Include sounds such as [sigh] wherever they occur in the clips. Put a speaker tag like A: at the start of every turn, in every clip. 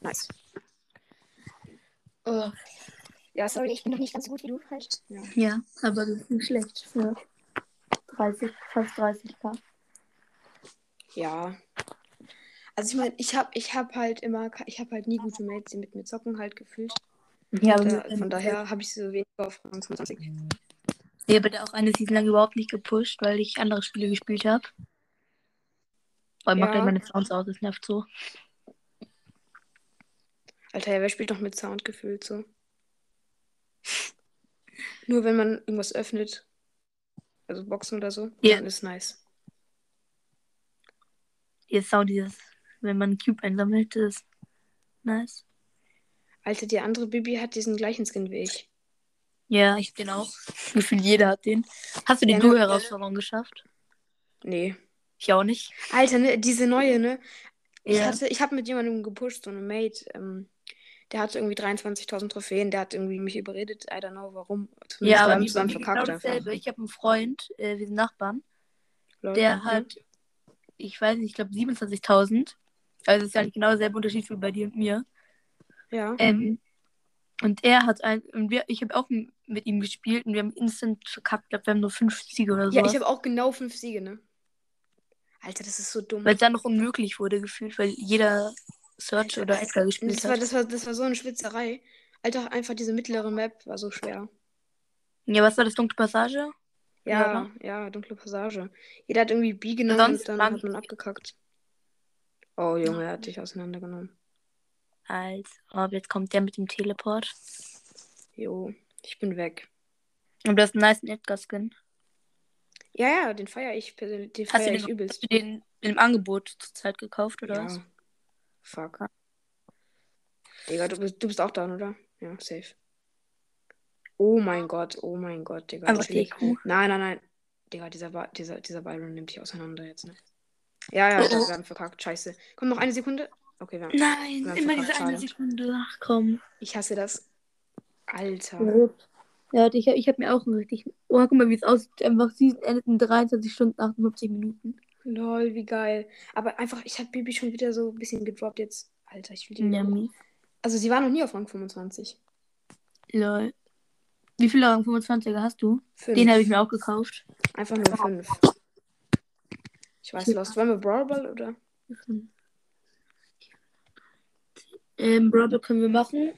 A: Nice. Oh. Ja, sorry, ich bin noch nicht ganz so gut wie du halt. Ja.
B: Ja, aber das ist nicht schlecht für 30, fast 30k.
A: Ja. Also ich meine, ich habe ich hab halt immer, ich habe halt nie gute Mates, die mit mir zocken halt gefühlt.
B: Ja, aber
A: Da, von daher habe ich so wenig auf Rang 25.
B: ich habe da auch eine Season lang überhaupt nicht gepusht, weil ich andere Spiele gespielt habe. Oh, ich mach
A: Ja.
B: gleich meine Sounds aus, das nervt so.
A: Alter, ja, wer spielt doch mit Sound gefühlt so? Nur wenn man irgendwas öffnet. Also Boxen oder so.
B: Ja.
A: Dann ist nice.
B: Ihr Sound, dieses, wenn man einen Cube einsammelt, das ist nice.
A: Alter, die andere Bibi hat diesen gleichen Skin wie ich.
B: Ja, ich hab den auch. Gefühlt jeder hat den. Hast du die
A: Ja, ne?
B: Duo-Herausforderung geschafft?
A: Nee.
B: Ich auch nicht.
A: Alter, ne, diese neue, ne? Ich,
B: Ja.
A: hatte, ich habe mit jemandem gepusht, so eine Mate. Ähm, der hatte irgendwie 23.000 Trophäen. Der hat irgendwie mich überredet. I don't know, warum. Zumindest
B: Ja,
A: wir
B: aber
A: haben
B: mir-
A: zusammen
B: mir genau
A: verkackt einfach.
B: dasselbe. Ich habe einen Freund, äh, wir sind Nachbarn,
A: Lol.
B: der
A: Mhm.
B: hat, ich weiß nicht, ich glaube 27.000. Also ist ja nicht genau derselbe Unterschied wie bei dir und mir.
A: Ja.
B: Ähm, und er hat ein, und wir, ich habe auch m- mit ihm gespielt und wir haben instant verkackt. Ich glaube, wir haben nur fünf Siege oder so.
A: Ja, ich habe auch genau fünf Siege, ne? Alter, das ist so dumm.
B: weil es dann noch unmöglich wurde gefühlt, weil jeder Search oder Edgar
A: Und
B: gespielt
A: Das war,
B: hat.
A: das, war, das war so eine Schwitzerei. Alter, einfach diese mittlere Map war so schwer.
B: Ja, was war das dunkle Passage?
A: Ja, ja, dunkle Passage. Jeder hat irgendwie B genommen
B: Sonst
A: und dann
B: waren-
A: hat man abgekackt. Oh, Junge, er hat dich auseinandergenommen.
B: Als ob Halt, oh, jetzt kommt der mit dem Teleport.
A: Jo, ich bin weg.
B: Und das ist ein nice Edgar-Skin.
A: Ja, ja, den feiere ich persönlich. Den
B: Hast du
A: feiere ich
B: den- Hast
A: übelst.
B: du den im Angebot zurzeit gekauft oder was?
A: Ja. Fuck. Digga, du bist, du bist auch dran, oder? Ja, safe. Oh mein Gott, oh mein Gott, Digga.
B: Einfach
A: ich will-
B: die Kuh.
A: Nein, nein, nein. Digga, dieser, Ba- dieser, dieser Byron nimmt dich auseinander jetzt, ne? Ja,
B: Äh,
A: ja, wir haben verkackt. Scheiße. Komm, noch eine Sekunde. Okay, wir haben.
B: Nein,
A: Ja,
B: immer
A: verkackt,
B: diese eine
A: schade.
B: Sekunde. Ach komm.
A: Ich hasse das. Alter.
B: Ja, ich habe ich hab mir auch einen richtig. Oh, guck mal, wie es aussieht. Einfach Season endet in 23 Stunden, 58 Minuten.
A: Lol, wie geil. Aber einfach, ich hab Bibi schon wieder so ein bisschen gedroppt jetzt. Alter, ich will die.
B: Yummy.
A: Also, sie war noch nie auf Rang 25.
B: Lol. Wie viele Rang 25er hast du?
A: Fünf.
B: Den habe ich mir auch gekauft.
A: Einfach nur fünf. Ich weiß,
B: Hm.
A: Lost. Wollen wir Brawl Ball oder?
B: Ähm, Brother können wir machen.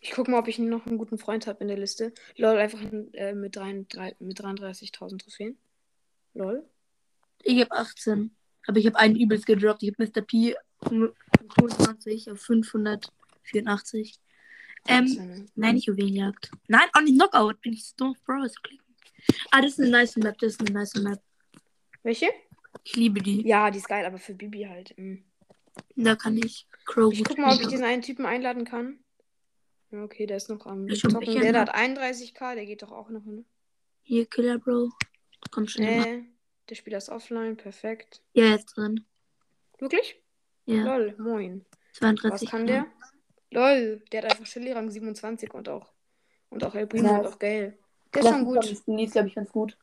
A: Ich guck mal, ob ich noch einen guten Freund habe in der Liste. Lol, einfach äh, mit, drei- drei- mit 33.000 Trophäen. Lol.
B: Ich habe 18. Aber ich habe einen übelst gedroppt. Ich habe Mr. P von 25 auf 584. Ähm,
A: Ähm,
B: nein, nicht Juwelenjagd. Nein, auch nicht Knockout. Bin ich so dumm, Bro, zu klicken. Ah, das ist eine nice Map. Das ist eine nice Map.
A: Welche?
B: Ich liebe die.
A: Ja, die ist geil, aber für Bibi halt. Mhm.
B: Da kann ich Crow
A: Ich
B: gut
A: guck mal, ob ich
B: spielen.
A: diesen einen Typen einladen kann. Ja, okay, der ist noch am
B: Ja, schon
A: Zocken.
B: sicher,
A: Der
B: ne?
A: da hat 31k, der geht doch auch noch hin.
B: Hier, Killer, Bro. Komm schon. immer.
A: Äh, der Spieler ist offline, perfekt.
B: Ja, er ist drin.
A: Wirklich?
B: Ja,
A: Lol, moin. Was
B: 32.
A: kann der? Lol, der hat einfach Shelly Rang 27 und auch und auch El Primo
B: Nice.
A: und auch Gale. Der ist schon gut.
B: Die ist, glaube ich, ganz gut.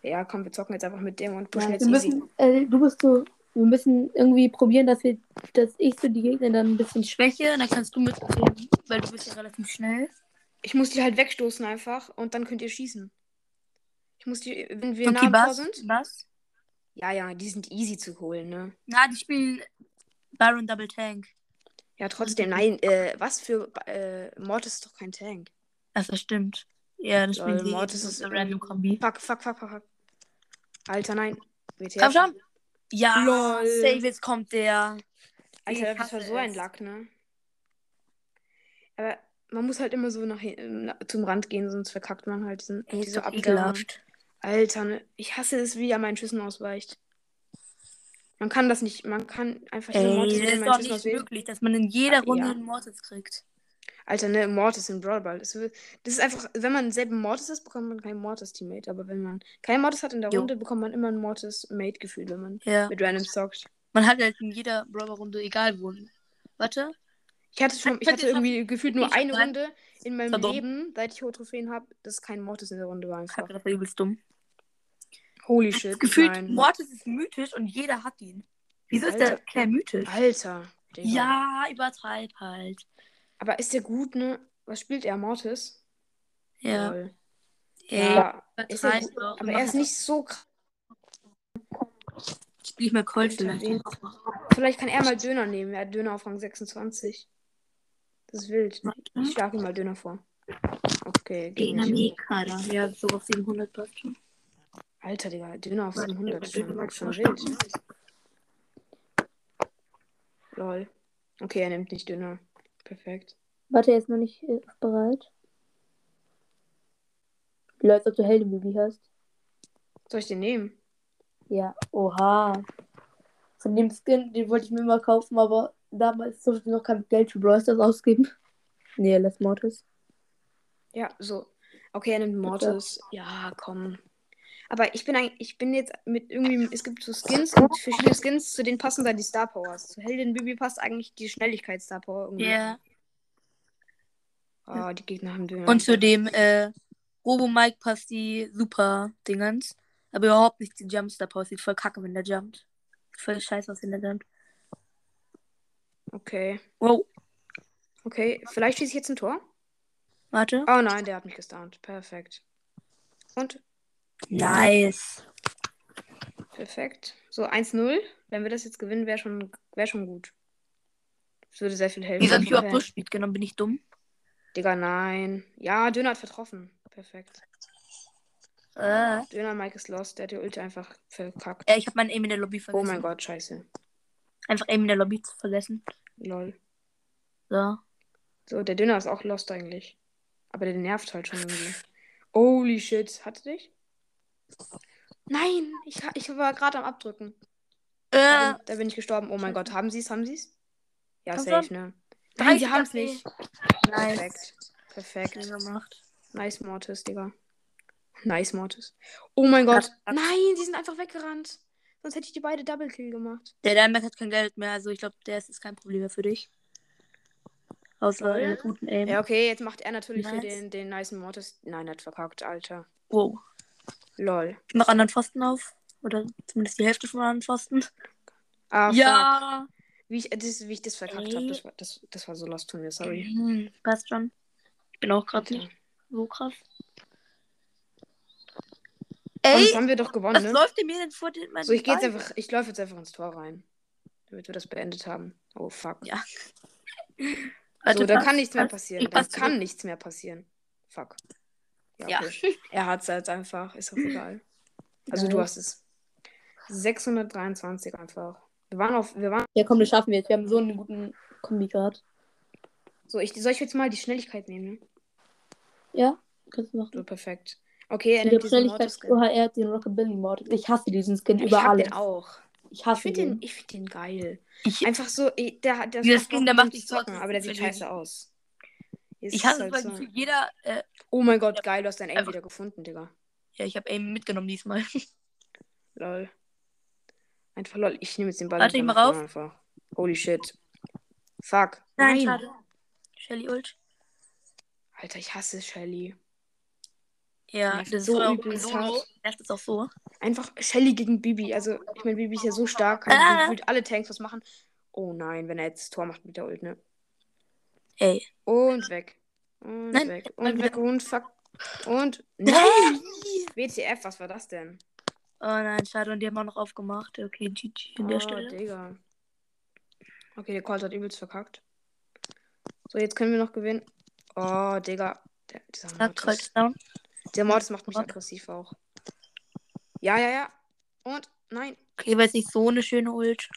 A: Ja, komm, wir zocken jetzt einfach mit dem und pushen
B: Nein,
A: jetzt
B: wir
A: easy.
B: müssen, äh, du bist so, wir müssen irgendwie probieren, dass wir, dass ich so die Gegner dann ein bisschen schwäche. Dann kannst du mitreden, weil du bist ja relativ schnell.
A: Ich muss die halt wegstoßen einfach und dann könnt ihr schießen. Ich muss die, wenn wir
B: okay,
A: nah am Tor
B: was?
A: sind.
B: Was?
A: Ja, ja, die sind easy zu holen, ne?
B: Na, die spielen Baron Double Tank.
A: Ja, trotzdem, nein, äh, was für äh, Mortis ist doch kein Tank.
B: Ach, Das stimmt. Ja, das
A: Lol,
B: spielen die.
A: Mortis
B: Das
A: ist
B: ist eine
A: irgendwie-
B: random Kombi.
A: Fuck, fuck, fuck, fuck, fuck. Alter, nein. WTF.
B: Komm schon. Ja,
A: Lol.
B: save, jetzt kommt der.
A: Alter,
B: Ich
A: das war
B: hasse
A: so ein
B: es.
A: Lack, ne? Aber man muss halt immer so nach hin, na, zum Rand gehen, sonst verkackt man halt diesen,
B: Ey, ist
A: diese
B: doch
A: Abwehr.
B: ekelhaft.
A: Alter, ne? ich hasse es, wie er meinen Schüssen ausweicht. Man kann das nicht, man kann einfach diese Mortis
B: Ey,
A: mit
B: das ist
A: meinen
B: doch
A: Schüssen
B: nicht
A: auswählen.
B: möglich, dass man in jeder
A: Ah,
B: Runde
A: ja.
B: einen Mortis kriegt.
A: Alter, ne, Mortis in Brawl Ball. Das will- das ist einfach, wenn man selben Mortis ist, bekommt man keinen Mortis-Teammate. Aber wenn man keinen Mortis hat in der
B: Jo.
A: Runde, bekommt man immer ein Mortis-Mate-Gefühl, wenn man
B: Ja.
A: mit Randoms zockt.
B: Man hat halt in jeder Brawler-Runde, egal wo. Warte.
A: Ich hatte schon, ich
B: Könnt
A: hatte
B: ihr-
A: irgendwie gefühlt nur
B: ich hab
A: eine
B: grad-
A: Runde in meinem
B: Pardon?
A: Leben, seit ich hohe Trophäen habe, dass kein Mortis in der Runde war einfach.
B: Kacke, das war übelst dumm.
A: Holy shit.
B: Gefühlt,
A: nein.
B: Mortis ist mythisch und jeder hat ihn. Wieso ist
A: Alter.
B: der Kerl mythisch?
A: Alter. Digga.
B: Ja, übertreib halt.
A: Aber ist der gut, ne? Was spielt er? Mortis?
B: Ja.
A: Lol.
B: Ey,
A: ja. Ist er
B: übertreib
A: gut,
B: doch.
A: aber er ist nicht so krass.
B: Spiel ich mal Colt vielleicht.
A: Den- Vielleicht kann er mal Döner nehmen. Er hat Döner auf Rang 26. Das ist wild. Ich schlage ihm mal Döner vor. Okay, geht
B: Den
A: nicht.
B: Amerika da. Ja, so auf 700 passt schon.
A: Alter, Digga, Döner auf 700 ist schon, schon wild.
B: Ich
A: Lol. Okay, er nimmt nicht Döner. Perfekt.
C: Warte, er ist noch nicht äh, bereit. Leute, ob du Heldenbaby hast.
A: Soll ich den nehmen?
C: Ja, oha. Von dem Skin, den wollte ich mir mal kaufen, aber damals durfte ich noch kein Geld für Brawl Stars ausgeben. [laughs] Nee, lass Mortis.
A: Ja, so. Okay, er nimmt Mortis. Ja, komm. Aber ich bin eigentlich, ich bin jetzt mit irgendwie, es gibt so Skins und verschiedene Skins, zu denen passen dann die Star Powers. Zu Heldin Bibi passt eigentlich die Schnelligkeit Star Power irgendwie.
B: Ja.
A: Ah, die Gegner haben Döner.
B: Und zu dem äh, Robo Mike passt die super Dingens. Aber überhaupt nicht die Jumpster Pause. Sieht voll kacke, wenn der jumpt. Sieht Voll scheiße aus, wenn der jumpt.
A: Okay.
B: Wow,
A: Okay, vielleicht schieße ich jetzt ein Tor.
B: warte.
A: Oh nein, der hat mich gestaunt. Perfekt. Und
B: Nice.
A: perfekt. So 1-0. Wenn wir das jetzt gewinnen, wäre schon, wär schon gut. Das würde sehr viel helfen.
B: Wieso hab ich überhaupt
A: Wär-
B: nur Speed genommen? Bin ich dumm?
A: Digga, nein. Ja, Döner hat vertroffen. Perfekt.
B: Äh.
A: Döner Mike ist lost. Der hat die Ulti einfach verkackt.
B: Ja, ich habe meinen Aim in der Lobby
A: Oh
B: vergessen.
A: mein Gott, scheiße.
B: Einfach Aim in der Lobby zu vergessen.
A: Lol.
B: So.
A: So, der Döner ist auch lost eigentlich. Aber der nervt halt schon irgendwie. Holy shit. Hatte dich? Nein, ich, ha- ich war gerade am Abdrücken. Da
B: Äh.
A: bin, da bin ich gestorben. Oh mein Gott, haben sie es? Haben sie es? Ja,
B: Komm
A: safe,
B: schon.
A: ne? Nein,
B: Nein,
A: sie haben es nicht.
B: Äh, Nice.
A: Perfekt. Perfekt.
B: Schnell gemacht.
A: Nice Mortis, Digga. Nice Mortis. Oh mein Gott.
B: Ja.
A: Nein, sie sind einfach weggerannt. Sonst hätte ich die beide Double Kill gemacht.
B: Der Diamond hat kein Geld mehr, also ich glaube, der ist, ist kein Problem mehr für dich. Außer
A: Lol.
B: einen guten Aim.
A: Ja, okay, jetzt macht er natürlich hier
B: Nice.
A: den, den nice Mortis. Nein, hat verkackt, Alter.
B: Wow.
A: Lol.
B: Ich mach anderen Pfosten auf. Oder zumindest die Hälfte von anderen Pfosten.
A: Ah, fuck.
B: ja.
A: Wie ich, äh, das, wie ich das verkackt
B: Ey.
A: habe, das war, das, das war so lost von mir, sorry.
B: Mhm, passt schon. Ich bin auch gerade
A: Alter.
B: nicht so krass.
A: Komm, das
B: Ey,
A: haben wir doch gewonnen,
B: was
A: ne?
B: läuft denn mir denn vor den
A: So, ich gehe jetzt
B: Beinen?
A: einfach, ich laufe jetzt einfach ins Tor rein. Damit wir das beendet haben. Oh fuck.
B: Ja. Warte,
A: so, da
B: pass,
A: kann nichts mehr
B: pass.
A: passieren.
B: Ich
A: Da
B: pass zurück.
A: kann nichts mehr passieren. Fuck.
B: Ja.
A: okay. Er hat es jetzt einfach. Ist auch
C: [laughs]
A: egal. Also
C: Geil.
A: du hast es. 623 einfach. Wir waren auf. Wir waren.
C: Ja, komm, das schaffen wir jetzt. Wir haben so einen guten Kombi gerade.
A: So, ich, soll ich jetzt mal die Schnelligkeit nehmen? ne?
C: Ja, kannst du
A: So,
C: machen.
A: perfekt. Okay, er
C: Die
A: nimmt diesen
C: Schnelligkeit,
A: Mortis-Skin.
C: oha, er hat den Rockabilly Mortis. Ich hasse diesen Skin
A: Ich
C: über
A: hab
C: alles.
A: den auch.
C: Ich
A: Ich
C: hasse
A: finde den,
C: den.
A: ich find den geil.
B: Ich,
A: Einfach so, ey, der hat das.
B: Dieser Skin, der macht dich so
A: zocken, aber der sieht
B: aggressiv.
A: scheiße aus. Jetzt
B: ich
A: ist
B: hasse es,
A: halt
B: weil
A: so-
B: gefühlt jeder. Äh,
A: Oh mein Gott, geil, du hast dein Aim
B: Einfach-
A: wieder gefunden, Digga.
B: ja, ich habe Aim mitgenommen diesmal.
A: Lol. Einfach lol. Ich nehme jetzt den Ball.
B: Warte,
A: und
B: ich mach
A: dann
B: auf.
A: Einfach. Holy shit. Fuck.
B: Shelly Ult.
A: Alter, ich hasse Shelly.
B: Ja,
A: Nervt
B: das ist
A: so
B: so auch
A: übelst
B: so.
A: hart.
B: Nervt es auch so.
A: Einfach Shelly gegen Bibi. Also, ich meine, Bibi ist ja so stark. Kann
B: Ah.
A: gefühlt alle Tanks was machen. Oh nein, wenn er jetzt das Tor macht mit der Ult, ne?
B: Ey.
A: Und weg. Und
B: Nein,
A: weg.
B: mal
A: Und
B: wieder.
A: weg. Und fuck.
B: [laughs]
A: Und.
B: Nein!
A: WTF, was war das denn?
B: Oh nein, schade. Und die haben auch noch aufgemacht. Okay, GG an der
A: Ah,
B: Stelle.
A: Digga. Okay, der Colt hat übelst verkackt. So, jetzt können wir noch gewinnen. Oh, Digga. Der, dieser
B: Ja,
A: Mord
B: Kreuz
A: ist,
B: down.
A: der Mord das macht mich
B: Mord.
A: aggressiv auch. Ja, ja, ja. Und, nein.
B: Okay, war jetzt nicht so eine schöne Ult.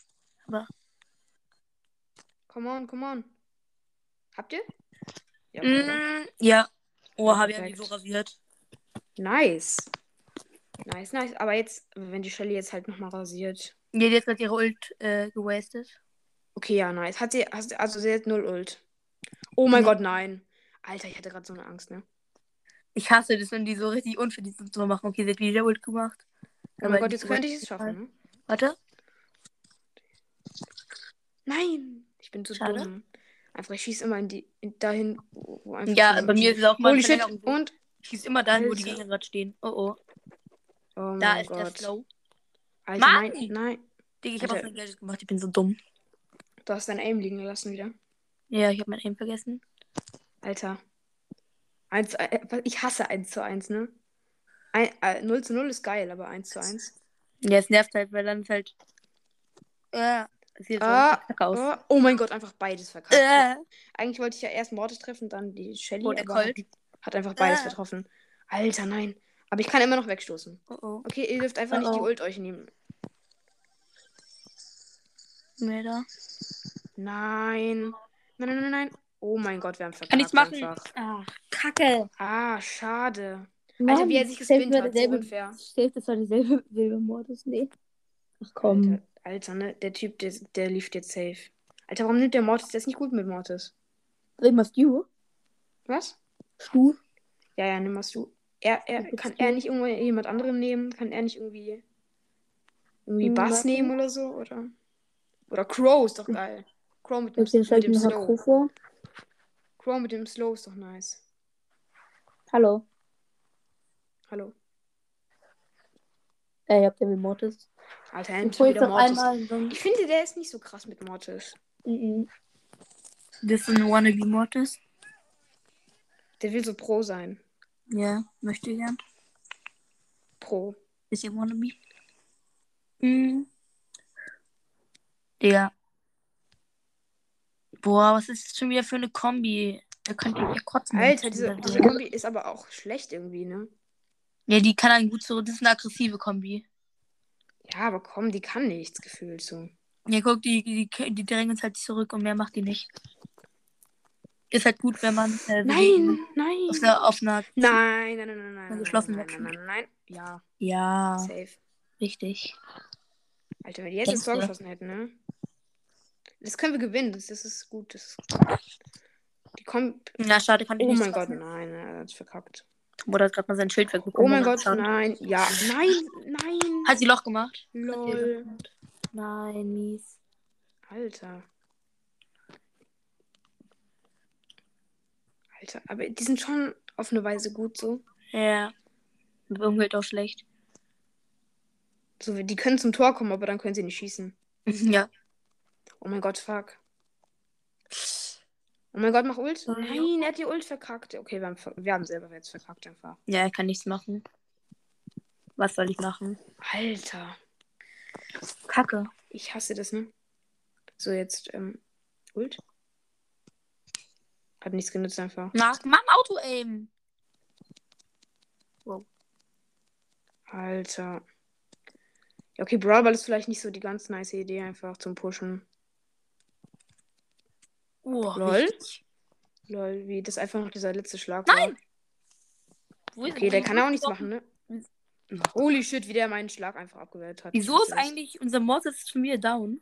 A: Come on, come on. Habt ihr? Ja. oder?
B: Mm, ja. Oh, habe ich
A: Perfekt.
B: irgendwie so rasiert.
A: Nice. Nice, nice. Aber jetzt, wenn die Shelly jetzt halt nochmal rasiert.
B: Ja, die hat gerade ihre Ult äh, gewastet.
A: Okay, ja, nice. Hat sie, hast, also sie hat null Ult. Oh mein
B: Mhm.
A: Gott, nein. Alter, ich hatte gerade so eine Angst, ne?
B: Ich hasse das, wenn die so richtig unverdient sind zu machen. Okay, sie hat wieder Ult gemacht.
A: Oh mein Gott, jetzt könnte ich es schaffen, ne?
B: halt- Warte.
A: Nein, ich bin zu
B: Schade.
A: dumm. Einfach, ich schieße immer in die, in, dahin, wo wo einfach.
B: Ja,
A: diese-
B: bei mir ist es auch mal
A: Holy shit,
B: Verlängerung.
A: und.
B: Ich schieß immer dahin, wo die
A: Alter.
B: Gegner gerade stehen. Oh oh.
A: Oh
B: Da
A: mein
B: ist der
A: Gott.
B: Slow.
A: Alter,
B: Mann!
A: nein, nein.
B: Digga, ich habe auch
A: Alter.
B: kein Gadget gemacht, ich bin so dumm.
A: Du hast dein Aim liegen gelassen wieder.
B: Ja, ich habe mein Aim vergessen.
A: Alter. Eins, äh, ich hasse 1 zu 1, ne? Ein, äh, 0 zu 0 ist geil, aber 1 zu 1.
B: Ja, es nervt halt, weil dann ist halt. Ja, sieht
A: Ah,
B: so kacke aus.
A: Oh, oh mein Gott, einfach beides verkackt.
B: Äh,
A: Eigentlich wollte ich ja erst Mortis treffen, dann die Shelly.
B: Wurde
A: aber
B: Colt.
A: Hat einfach beides
B: Ah.
A: getroffen. Alter, nein. Aber ich kann immer noch wegstoßen.
B: oh oh.
A: Okay, ihr dürft einfach nicht die
B: Oh, oh.
A: Ult euch nehmen.
B: Nee, da.
A: Nein. Nein, nein, nein, nein. Oh mein Gott, wir haben verkackt.
B: Kann nichts machen.
A: Einfach.
B: Ach, kacke.
A: Ah, schade.
C: Mann,
A: Alter, wie er sich
C: safe
A: gespinnt
C: war
A: hat. So
C: derselbe-
A: unfair.
C: safe, das war
B: [laughs]
C: dieselbe selbe Mordes, nee. Ach
B: Um.
C: komm.
A: Alter, Alter, ne? Der Typ, der, der lief jetzt safe. Alter, warum nimmt der Mortis? Der ist nicht gut mit Mortis.
C: Dreh mal Stu.
A: Was?
C: Stu.
A: Ja, ja, nimm machst du. Er, er, kann er nicht irgendwo jemand anderem nehmen? Kann er nicht irgendwie irgendwie
C: Hm,
A: Bass
C: warte.
A: nehmen oder so? Oder, oder Crow ist doch geil. Crow mit dem,
C: Ich den
A: mit
C: schlägt
A: dem
C: mir noch Crew
A: Slow.
C: vor.
A: Crow mit dem Slow ist doch nice.
C: Hallo.
A: Hallo.
C: Äh, ihr habt ja mit Mortis.
A: Alter,
C: Ich
A: endlich
C: hol jetzt
A: wieder
C: noch
A: Mortis.
C: einmal so ein.
A: Ich finde, der ist nicht so krass mit Mortis.
C: Mhm.
B: Mm, Das ist ein Wannabe Mortis.
A: Der will so pro sein.
B: Ja, möchte ich gern.
A: Pro.
B: Ist ihr Wannabe? Mhm. Digga. Boah, was ist das schon wieder für eine Kombi? Da könnte ich ja kotzen.
A: Alter, diese, diese Kombi ist aber auch schlecht irgendwie, ne?
B: Ja, die kann einen gut so. Das ist eine aggressive Kombi.
A: Ja, aber komm, die kann nichts gefühlt so.
B: Ja, guck, die, die, die, die drängen uns halt zurück und mehr macht die nicht. Ist halt gut, wenn man. Äh,
A: Nein,
B: Auf
A: nein.
B: einer, auf einer
A: Nein, nein, nein, nein, nein.
B: geschlossen
A: nein, nein,
B: wegschmeißen.
A: nein, nein, nein. Ja,
B: Ja,
A: safe.
B: richtig.
A: Alter, wenn die jetzt ins
B: Denkst
A: Tor
B: du?
A: geschossen hätten, ne? Das können wir gewinnen, das, das ist gut. Das ist gut. Die kommt.
B: Na, schade, kann ich
A: Oh
B: nicht.
A: mein Gott,
B: treffen.
A: nein, er hat verkackt.
B: Bruder hat gerade mal sein Schild
A: Oh
B: wegbekommen.
A: mein
B: Mann,
A: Gott, Halt.
B: schade.
A: nein. Ja, nein, nein.
B: Hat sie Loch gemacht?
A: Lol.
B: Nein, mies.
A: Alter. Alter, aber die sind schon auf eine Weise gut so.
B: Ja. Umwelt halt auch
A: [laughs]
B: schlecht.
A: So, die können zum Tor kommen, aber dann können sie nicht schießen.
B: Ja.
A: Oh mein Gott, fuck. Oh mein Gott, mach Ult.
B: Sorry.
A: Nein, er hat die Ult verkackt. Okay, wir haben, ver- wir haben selber jetzt verkackt einfach.
B: Ja, ich kann nichts machen. Was soll ich machen?
A: Alter,
B: Kacke.
A: ich hasse das, ne? So, jetzt, ähm, Ult. Hat nichts genutzt einfach.
B: Na, mach ein Auto aim.
A: Alter. Ja, okay, Brawl Ball ist vielleicht nicht so die ganz nice Idee einfach zum Pushen.
B: Oh,
A: Lol.
B: richtig.
A: Lol, wie das einfach noch dieser letzte Schlag Nein! war.
B: Wo ist-
A: Okay, der kann auch nichts machen, ne? Holy shit, wie der meinen Schlag einfach abgewehrt hat.
B: Wieso ist
A: Jesus.
B: eigentlich unser Mord jetzt schon wieder down?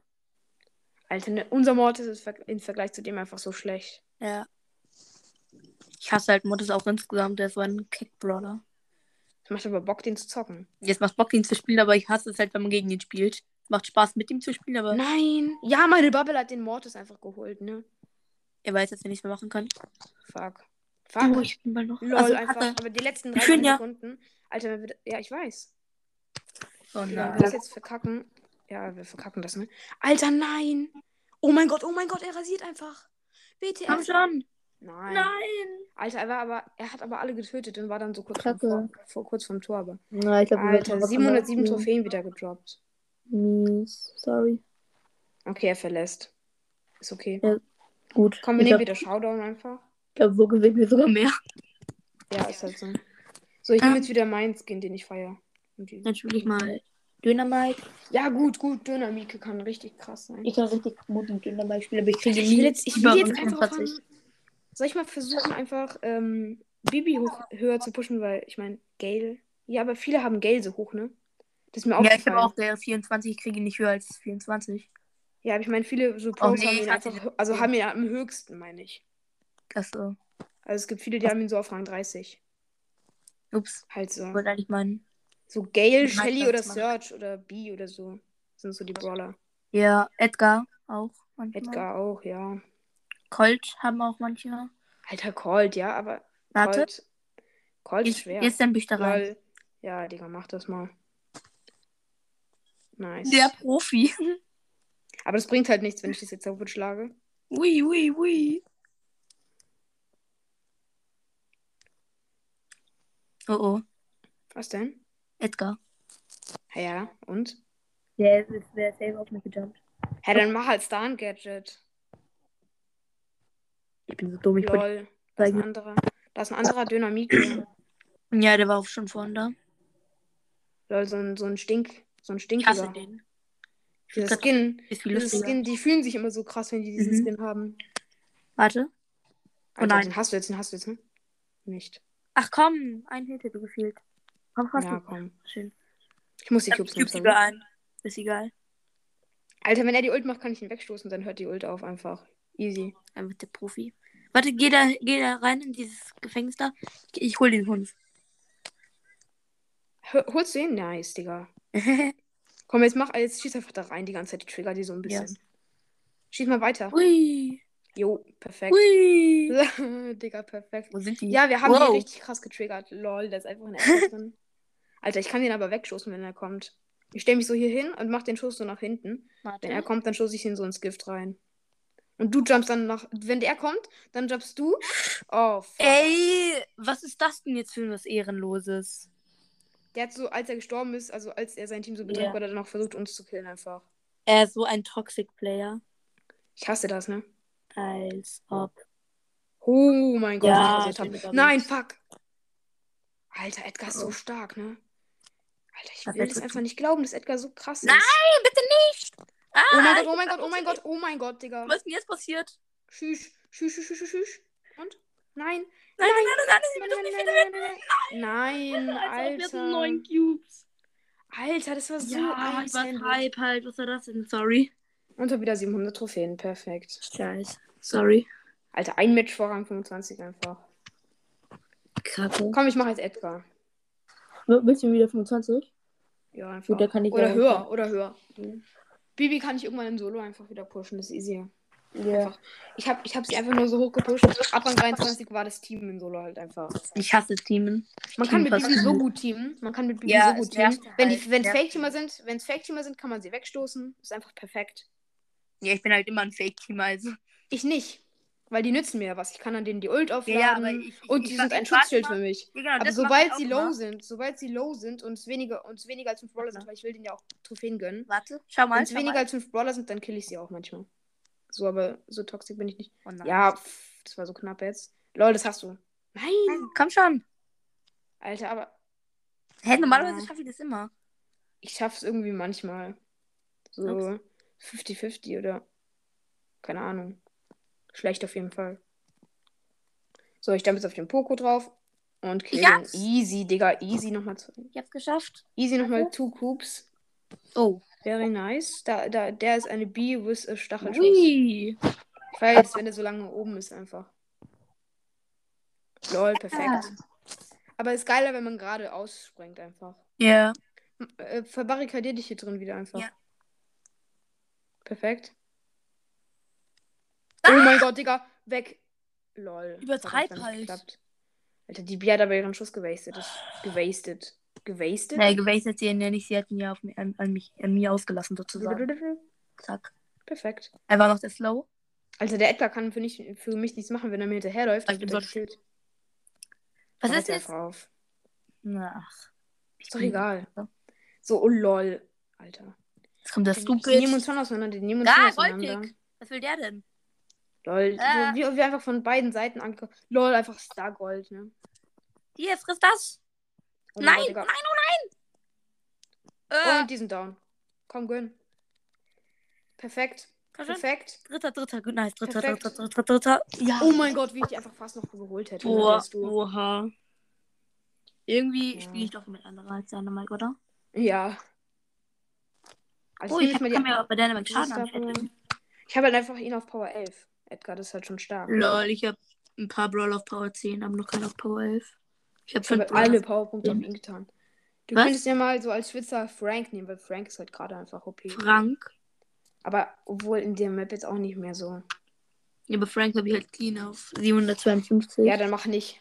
A: Alter, ne, unser Mortis ist ver- im Vergleich zu dem einfach so schlecht.
B: Ja. Ich hasse halt Mortis auch insgesamt, der ist so ein Kick-Brawler.
A: Es macht aber Bock, den zu zocken.
B: Jetzt macht Bock, ihn zu spielen, aber ich hasse es halt, wenn man gegen ihn spielt. Es macht Spaß, mit ihm zu spielen, aber
A: Nein! Ja, meine Bubble hat den Mortis einfach geholt, ne?
B: er weiß, dass er nichts mehr machen kann.
A: Fuck. Fuck.
B: Oh, ich bin mal noch.
A: Lol,
B: Also,
A: einfach.
B: Kacke.
A: Aber die letzten
B: Wie
A: 30
B: schön, ja.
A: Sekunden. Alter, wenn wir, da- ja, ich weiß.
B: Oh
A: Ja, wenn
B: nein.
A: wir das jetzt verkacken. Ja, wir verkacken das, ne? Alter, nein! Oh mein Gott, oh mein Gott, er rasiert einfach.
B: Komm
A: WTF.
B: schon.
A: Nein.
B: Nein.
A: Alter, er war aber, er hat aber alle getötet und war dann so kurz,
C: Kacke.
A: vor, vor, kurz vorm Tor. Aber.
C: Na, ich glaube,
A: Alter, 707 Trophäen wieder gedroppt.
C: Hm, Mies. Sorry.
A: Okay, er verlässt. Ist okay.
C: Gut.
A: Komm, wir
C: ich
A: nehmen
C: glaube,
A: wieder Showdown einfach.
C: glaub, so gewinnen wir sogar
A: [laughs]
C: mehr.
A: Ja, ist halt so. So, ich nehme
B: Ähm.
A: jetzt wieder meinen Skin, den ich feiere. Und die-
B: Dann spiele ich mal Dynamite.
A: Ja, gut, gut, Dynamike kann richtig krass sein.
C: Ich kann richtig gut mit Dynamite spielen, aber ich kriege
A: Ich will
C: nie.
A: jetzt, ich will
B: Über
A: jetzt
B: uns
A: einfach.
B: 45.
A: Haben, soll ich mal versuchen, einfach ähm, Bibi hoch, höher zu pushen, weil ich meine, Gale. Ja, aber viele haben Gale so hoch, ne? Das ist mir
B: Ja, ich
A: aufgefallen.
B: habe auch der 24, ich kriege ihn nicht höher als 24.
A: Ja, aber ich meine, viele so Pros
B: Oh, nee,
A: haben
B: ich
A: ihn
B: weiß
A: einfach, hö- also haben ihn am höchsten, meine ich.
B: Das, äh,
A: Also es gibt viele, die haben ihn so auf Rang 30.
B: ups,
A: Halt so.
B: wollte eigentlich meinen.
A: So Gale,
B: Ich mag
A: Shelly
B: das
A: oder
B: mal.
A: Surge oder Bee oder so. Sind so die Brawler.
B: Ja, Edgar auch. Manchmal.
A: Edgar auch, ja.
B: Colt haben auch manche.
A: Alter, Colt, ja, aber
B: Warte,
A: Colt, Colt ist
B: jetzt,
A: schwer.
B: jetzt dann bin ich da rein.
A: Lol. Ja, Digga, mach das mal. Nice.
B: Der Profi.
A: Aber das bringt halt nichts, wenn ich das jetzt kaputt schlage.
B: Ui, ui, ui. Oh oh,
A: Was denn?
B: Edgar.
A: Ja, ja, und?
C: Der ist der safe auf mich gejumpt.
A: Ja, dann mach halt Star ein Gadget.
C: Ich bin so dumm, ich wollte
A: Lol. Da ist ein anderer. Da ist ein anderer
B: [clears throat]
A: Dynamit.
B: Ja, der war auch schon vorhin da.
A: Lol, so ein, so ein Stink. So ein
B: Ich hasse
A: Stinkiger.
B: den.
A: Dieser Skin.
B: Ist viel
A: Dieser
B: lustiger.
A: Skin, die fühlen sich immer so krass, wenn die diesen
B: Mhm.
A: Skin haben.
B: Warte. Oh
A: Alter,
B: nein.
A: den hast du jetzt, den hast du jetzt, ne? Nicht.
B: Ach komm, ein Hit hätte gefehlt. Komm, komm,
A: Ja,
B: komm.
A: komm.
B: Schön.
A: Ich muss die
B: Ich
A: Cubes nehmen,
B: gebe
A: sorry.
B: lieber ein. Ist egal.
A: Alter, wenn er die Ult macht, kann ich ihn wegstoßen, dann hört die Ult auf einfach. Easy.
B: Dann wird der Profi. Warte, geh da, geh da rein in dieses Gefängnis da. Ich hol den Hund.
A: Hol- Holst du ihn? Nice,
B: [laughs]
A: Digga. Komm, jetzt mach, jetzt schieß einfach da rein die ganze Zeit, die trigger die so ein bisschen. Schieß mal weiter.
B: Ui.
A: Jo, perfekt. [laughs]
B: Ui.
A: Digga, perfekt.
B: Wo sind die?
A: Ja, wir haben
B: Wow.
A: die richtig krass getriggert. Lol, da ist einfach ein
B: [laughs]
A: Edgar drin. Alter, ich kann den aber wegstoßen, wenn er kommt. Ich stelle mich so hier hin und mach den Schuss so nach hinten. Wenn er
B: Warte.
A: kommt, dann stoße ich ihn so ins Gift rein. Und du jumpst dann nach. Wenn der kommt, dann jumpst du. Oh, fuck.
B: Ey, was ist das denn jetzt für was Ehrenloses?
A: Der hat so, als er gestorben ist, also als er sein Team so betrug,
B: Ja.
A: hat er dann auch versucht, uns zu killen einfach.
B: Er ist so ein Toxic Player.
A: Ich hasse das, ne?
B: Als ob.
A: Oh mein Gott,
B: Ja,
A: was ich
B: stimmt,
A: passiert
B: aber
A: habe. Nein, fuck. Alter, Edgar ist so
B: Oh.
A: stark, ne? Alter, ich
B: Was
A: will
B: willst
A: das
B: du
A: einfach nicht glauben, dass Edgar so krass ist.
B: Nein, bitte nicht! Ah,
A: Oh mein Gott, oh mein Gott, oh mein Gott, oh mein Gott, Digga.
B: Was ist denn jetzt passiert?
A: Tschüss, tschüss, tschüss, tschüss, tschüss. Und? Nein,
B: Nein, nein, nein, nein,
A: nein,
B: ich will
A: nein, nein,
B: das nicht wieder
A: nein, nein, nein. Nein,
B: Als ob wir so
A: Alter.
B: neun Cubes.
A: Alter, das war so
B: ja,
A: ein
B: ich war
A: Sandwich.
B: hype halt. Was war das denn? Sorry.
A: Und hab wieder 700 Trophäen, perfekt.
B: Scheiße. Sorry.
A: Alter, ein Match vor Rang 25 einfach.
B: Kacke.
A: Komm, ich mache jetzt Edgar.
C: Willst du wieder 25?
A: Ja, einfach.
C: Gut, da kann ich
A: oder
C: ja-
A: höher, oder höher.
C: Mhm.
A: Bibi kann ich irgendwann im Solo einfach wieder pushen, das ist easy.
C: Ja.
A: Ich hab, ich hab sie einfach nur so hoch gepusht. Ab Rang 23 war das Team im Solo halt einfach.
B: Ich hasse Teamen.
A: Man kann mit
B: Team
A: Bibi so
B: passt.
A: gut teamen. Man kann mit Bibi
B: Ja,
A: so gut
B: es nervt
A: teamen. Wenn
B: halt,
A: die, wenn
B: nervt.
A: Fake-Teamer sind, wenn es Fake-Teamer sind, kann man sie wegstoßen. Ist einfach perfekt.
B: Ja, ich bin halt immer ein Fake-Team, also.
A: Ich nicht. Weil die nützen mir ja was. Ich kann an denen die Ult aufladen.
B: aber ich- ich-
A: und
B: ich
A: die
B: war-
A: sind ein
B: ich war
A: Schutzschild
B: immer-
A: für mich.
B: Digga,
A: Aber
B: genau, das mach ich
A: sobald
B: auch
A: sie low
B: immer.
A: sind, sobald sie low sind und es weniger, uns weniger als 5 Brawler sind, weil ich will denen ja auch Trophäen gönnen.
B: Warte, schau mal.
A: Wenn es
B: schau
A: weniger
B: mal.
A: als 5 Brawler sind, dann kill ich sie auch manchmal. So, aber so toxisch bin ich nicht.
B: Oh nein.
A: Ja, pff, das war so knapp jetzt. Lol, das hast du. Nein!
B: Komm schon.
A: Alter, aber
B: Hä, normalerweise
A: Ja.
B: schaffe ich das immer.
A: ich schaff's irgendwie manchmal. So
B: Ups.
A: 50-50 oder keine Ahnung. Schlecht auf jeden Fall. So, ich jump jetzt auf den Poco drauf und kill
B: Ich
A: den.
B: hab's.
A: Easy, Digga, easy nochmal zu.
B: Ich hab's geschafft.
A: Easy nochmal two Coops.
B: Oh.
A: Very nice. Da, da, der ist eine Bee with a Stachelschuss.
B: Ui.
A: Ich weiß, wenn er so lange oben ist, einfach. Lol, perfekt.
B: Ah.
A: Aber ist geiler, wenn man gerade ausspringt, einfach.
B: Ja.
A: M- Äh, verbarrikadier dich hier drin wieder einfach.
B: Ja.
A: Perfekt. Oh mein Gott, Digga. Weg. Lol.
B: Ah! Übertreib
A: Hat nicht
B: halt.
A: geklappt. Alter, die Bia hat aber ihren Schuss gewastet. Das gewastet. Gewastet?
B: Naja, gewählt hat sie ihn ja nicht. Sie hatten ja auf, mi- an, an, mich, an mir ausgelassen, sozusagen. Zack.
A: Perfekt.
B: Er war noch der Slow.
A: Also der Edgar kann für, nicht, für mich nichts machen, wenn er mir hinterherläuft.
B: Ach, du sollst-
A: gekillt.
B: Was
A: Aber
B: ist jetzt?
A: einfach Auf.
B: Ach.
A: Ist doch egal. So, oh lol. Alter.
B: Jetzt kommt der
A: Die nehmen
B: Stupid.
A: uns schon auseinander. Die nehmen uns
B: Da,
A: schon
B: Goldpick.
A: auseinander.
B: Was will der denn?
A: Lol,
B: Ah.
A: so, wie, wie einfach von beiden Seiten angekommen. Lol, einfach Stargold, ne?
B: Hier, friss das.
A: Oh mein
B: nein,
A: Gott,
B: nein,
A: Digga. Oh,
B: oh nein. Äh,
A: Und diesen Down. Komm, gönn. Perfekt.
B: komm schon.
A: Perfekt.
B: Dritter, dritter, gut, nice. Dritter,
A: Perfekt.
B: dritter, dritter, dritter. Ja.
A: Oh mein Gott, wie ich die einfach fast noch geholt hätte. ne,
B: Boah,
A: weißt du.
B: oha. Irgendwie
A: Ja.
B: spiele ich doch mit anderen als Dynamite, oder?
A: Ja. Also
B: oh,
A: ich
B: ich
A: nehme jetzt mal
B: hab, kann
A: die,
B: mir aber bei Dynamite
A: Das
B: Schaden
A: ist
B: an.
A: davon- ich habe halt einfach ihn auf Power 11. Edgar, das ist halt schon stark.
B: Lol, ich hab ein paar Brawl auf Power 10, aber noch keinen auf Power 11. Ich hab
A: Ich habe
B: fünf
A: halt alle Powerpunkte auf ihn getan. Du
B: Was?
A: könntest ja mal so als Schwitzer Frank nehmen, weil Frank ist halt gerade einfach OP.
B: Frank.
A: Aber obwohl in der Map jetzt auch nicht mehr so.
B: Ja, aber Frank habe ich halt clean auf 752.
A: Ja, dann mach nicht.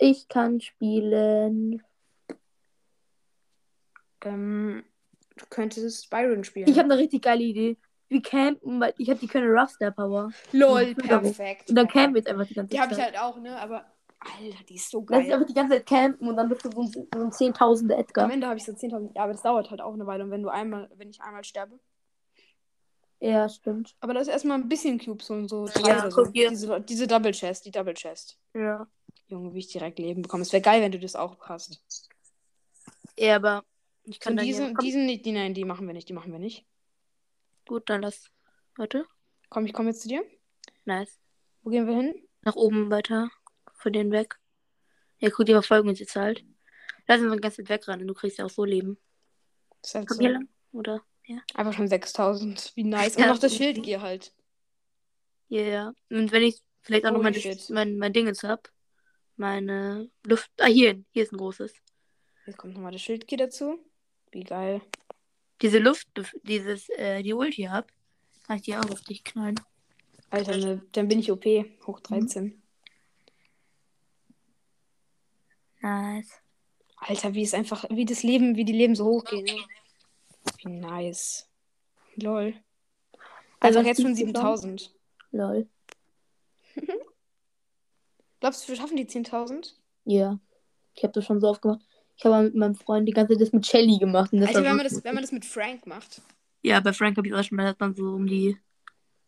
C: Ich kann spielen.
A: Ähm, du könntest Byron spielen.
C: Ich habe eine richtig geile Idee.
B: wir campen, weil ich habe die Colonel Rough Star Power.
A: Lol,
B: Förderung.
A: perfekt.
B: Und dann campen wir jetzt einfach die ganze
A: Die
B: Zeit.
A: habe ich halt auch, ne? Aber. Alter, die ist so
C: Lass dich
A: geil.
C: einfach die ganze Zeit campen und dann bist du so ein, so ein 10.000
A: Am
C: Edgar.
A: Ende habe ich so 10.000. Ja, aber das dauert halt auch eine Weile. Und wenn du einmal, wenn ich einmal sterbe.
C: Ja, stimmt.
A: Aber das ist erstmal ein bisschen Cubes und so. drei
B: Ja,
A: oder so.
B: guck hier.
A: Diese, diese Double Chest, die Double Chest.
B: Ja.
A: Junge, wie ich direkt Leben bekomme. Es wäre geil, wenn du das auch hast.
B: ja, aber ich kann
A: Und
B: dann ja,
A: diesen,
B: komm,
A: diesen nicht, die, nein, die machen wir nicht, die machen wir nicht.
B: gut, dann lass. Warte.
A: Komm, ich komme jetzt zu dir.
B: Nice.
A: Wo gehen wir hin?
B: Nach oben weiter. Von denen weg. Ja, guck, die verfolgen uns jetzt halt. Lass uns mal ganz weit wegrennen. Du kriegst ja auch so Leben.
A: Das ist halt
B: Komm
A: so.
B: hier lang. Oder?
A: Einfach schon 6000. Wie
B: [laughs]
A: nice.
B: Ja.
A: Und noch das Schild hier halt.
B: Ja, ja. Und wenn ich vielleicht auch noch
A: Holy
B: mein,
A: shit.
B: mein, mein Dingens hab. Meine Luft. Ah, hier. Hier ist ein großes.
A: Jetzt kommt nochmal das Schild hier dazu. Wie geil.
B: Diese Luft, dieses, äh, die Ulti hab, kann ich die auch auf dich knallen.
A: Alter, ne, dann bin ich OP.
B: Mhm.
A: Hoch 13.
B: Nice.
A: Alter, wie es einfach, wie das Leben, wie die Leben so hochgehen. ne? Wie nice. Lol.
C: Also,
A: Also
C: was
A: jetzt schon
C: siehst du
A: 7000.
C: Lol.
A: Glaubst du, wir schaffen die 10.000?
C: Ja. Ich habe das schon so oft gemacht. Ich habe mit meinem Freund die ganze Zeit das mit Shelly gemacht. Und das
B: Also
C: war
A: Alter, wenn
C: so
A: man, das,
C: lustig.
A: wenn man das mit Frank macht.
B: Ja, bei Frank hab ich auch schon mal, dass man so um die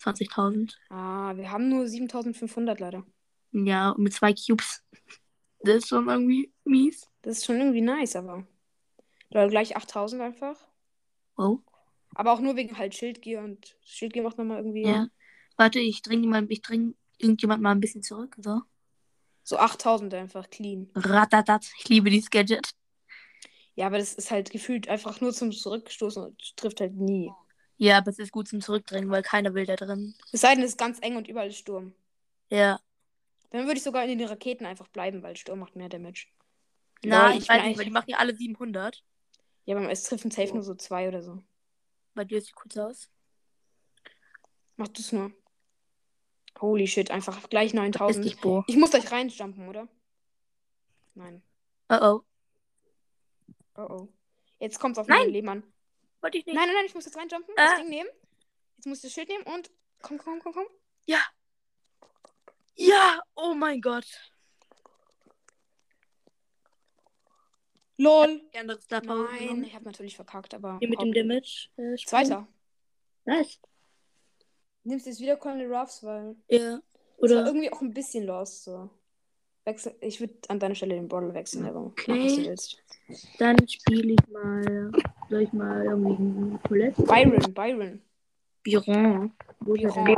B: 20.000.
A: Ah, wir haben nur 7500 leider.
B: Ja, und mit zwei Cubes. Das ist schon irgendwie mies.
A: Das ist schon irgendwie nice, aber. Oder gleich 8000 einfach.
B: Wow.
A: Aber auch nur wegen halt Schildgier und Schildgier macht nochmal irgendwie
B: Ja. Warte, ich dring mal, ich dring irgendjemand mal ein bisschen zurück. So.
A: so 8000 einfach clean.
B: Ratatat. Ich liebe dieses Gadget.
A: Ja, aber das ist halt gefühlt einfach nur zum Zurückstoßen und trifft halt nie.
B: Ja, aber es ist gut zum Zurückdrängen, weil keiner will da drin.
A: Es sei denn, es ist ganz eng und überall ist Sturm.
B: Ja.
A: Dann würde ich sogar in den Raketen einfach bleiben, weil Sturm macht mehr Damage.
B: Nein,
A: Lol, bin
B: ich weiß nicht, weil die
A: eigentlich-
B: machen ja alle 700.
A: Ja, aber es treffen safe nur so zwei oder so.
B: Bei dir sieht kurz aus.
A: Mach du's nur. Holy shit, einfach gleich 9000.
B: Ist dich, Bo.
A: Ich muss gleich reinjumpen, oder? Nein.
B: Oh oh.
A: Oh oh. Jetzt kommt's auf
B: Nein.
A: mein Leben an.
B: Wollte ich nicht.
A: Nein, nein, nein, ich muss jetzt reinjumpen,
B: Ah.
A: das Ding nehmen. Jetzt muss ich das Schild nehmen und komm, komm, komm, komm.
B: Ja, oh mein Gott.
A: LOL.
B: Die andere Star Power
A: Nein,
B: genommen.
A: ich habe natürlich verkackt, aber
B: Hier mit dem Damage. äh,
A: Zweiter.
B: Nice.
A: Nimmst jetzt wieder Colonel Ruffs, weil
B: Ja.
A: Oder war
B: Oder.
A: irgendwie auch ein bisschen lost. So. Wechsel, ich würde an deiner Stelle den Brawler wechseln, aber
B: Okay.
A: mach, was du willst.
B: Dann spiele ich mal. Soll ich mal irgendwie einen Colette?
A: Byron, Byron.
B: Biron. Wo ist er denn?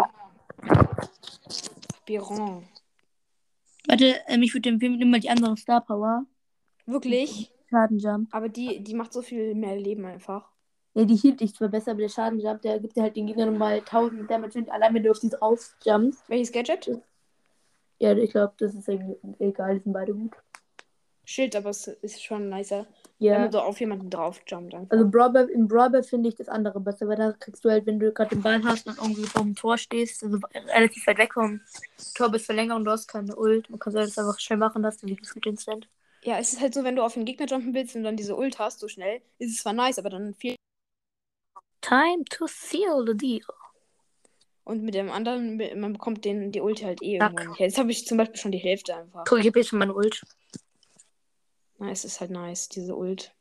A: Biron. Biron.
B: Warte, ähm, ich würde empfehlen, nimm mal die andere Star Power.
A: Wirklich?
B: Schadenjump.
A: Aber die, die macht so viel mehr Leben einfach.
C: Ja, die hielt dich zwar besser, aber der Schadenjump, der gibt dir halt den Gegnern mal 1000 Damage und allein wenn du auf die drauf jumpst.
A: Welches Gadget?
C: Ja, ich glaube, das ist irgendwie egal, die sind beide gut.
A: Schild, aber es ist schon nicer. Wenn
C: Ja,
A: man so auf jemanden drauf jumpt. Einfach.
C: also Brawlball, im Brawlball finde ich das andere besser, weil da kriegst du halt, wenn du gerade den Ball
B: Ball hast und irgendwie vom Tor stehst, also relativ weit weg vom Tor bist verlängert und du hast keine Ult. Man kann das einfach schnell machen, dass du die gefühlt instant.
A: Ja, es ist halt so, wenn du auf den Gegner jumpen willst und dann diese Ult hast, so schnell, ist es zwar nice, aber dann viel.
B: Time to seal the deal.
A: Und mit dem anderen, man bekommt den, die Ult halt eh
B: Zack.
A: irgendwann nicht. Jetzt habe ich zum Beispiel schon die Hälfte einfach.
B: Guck, ich habe jetzt schon meine Ult.
A: Na, es ist halt nice, diese Ult.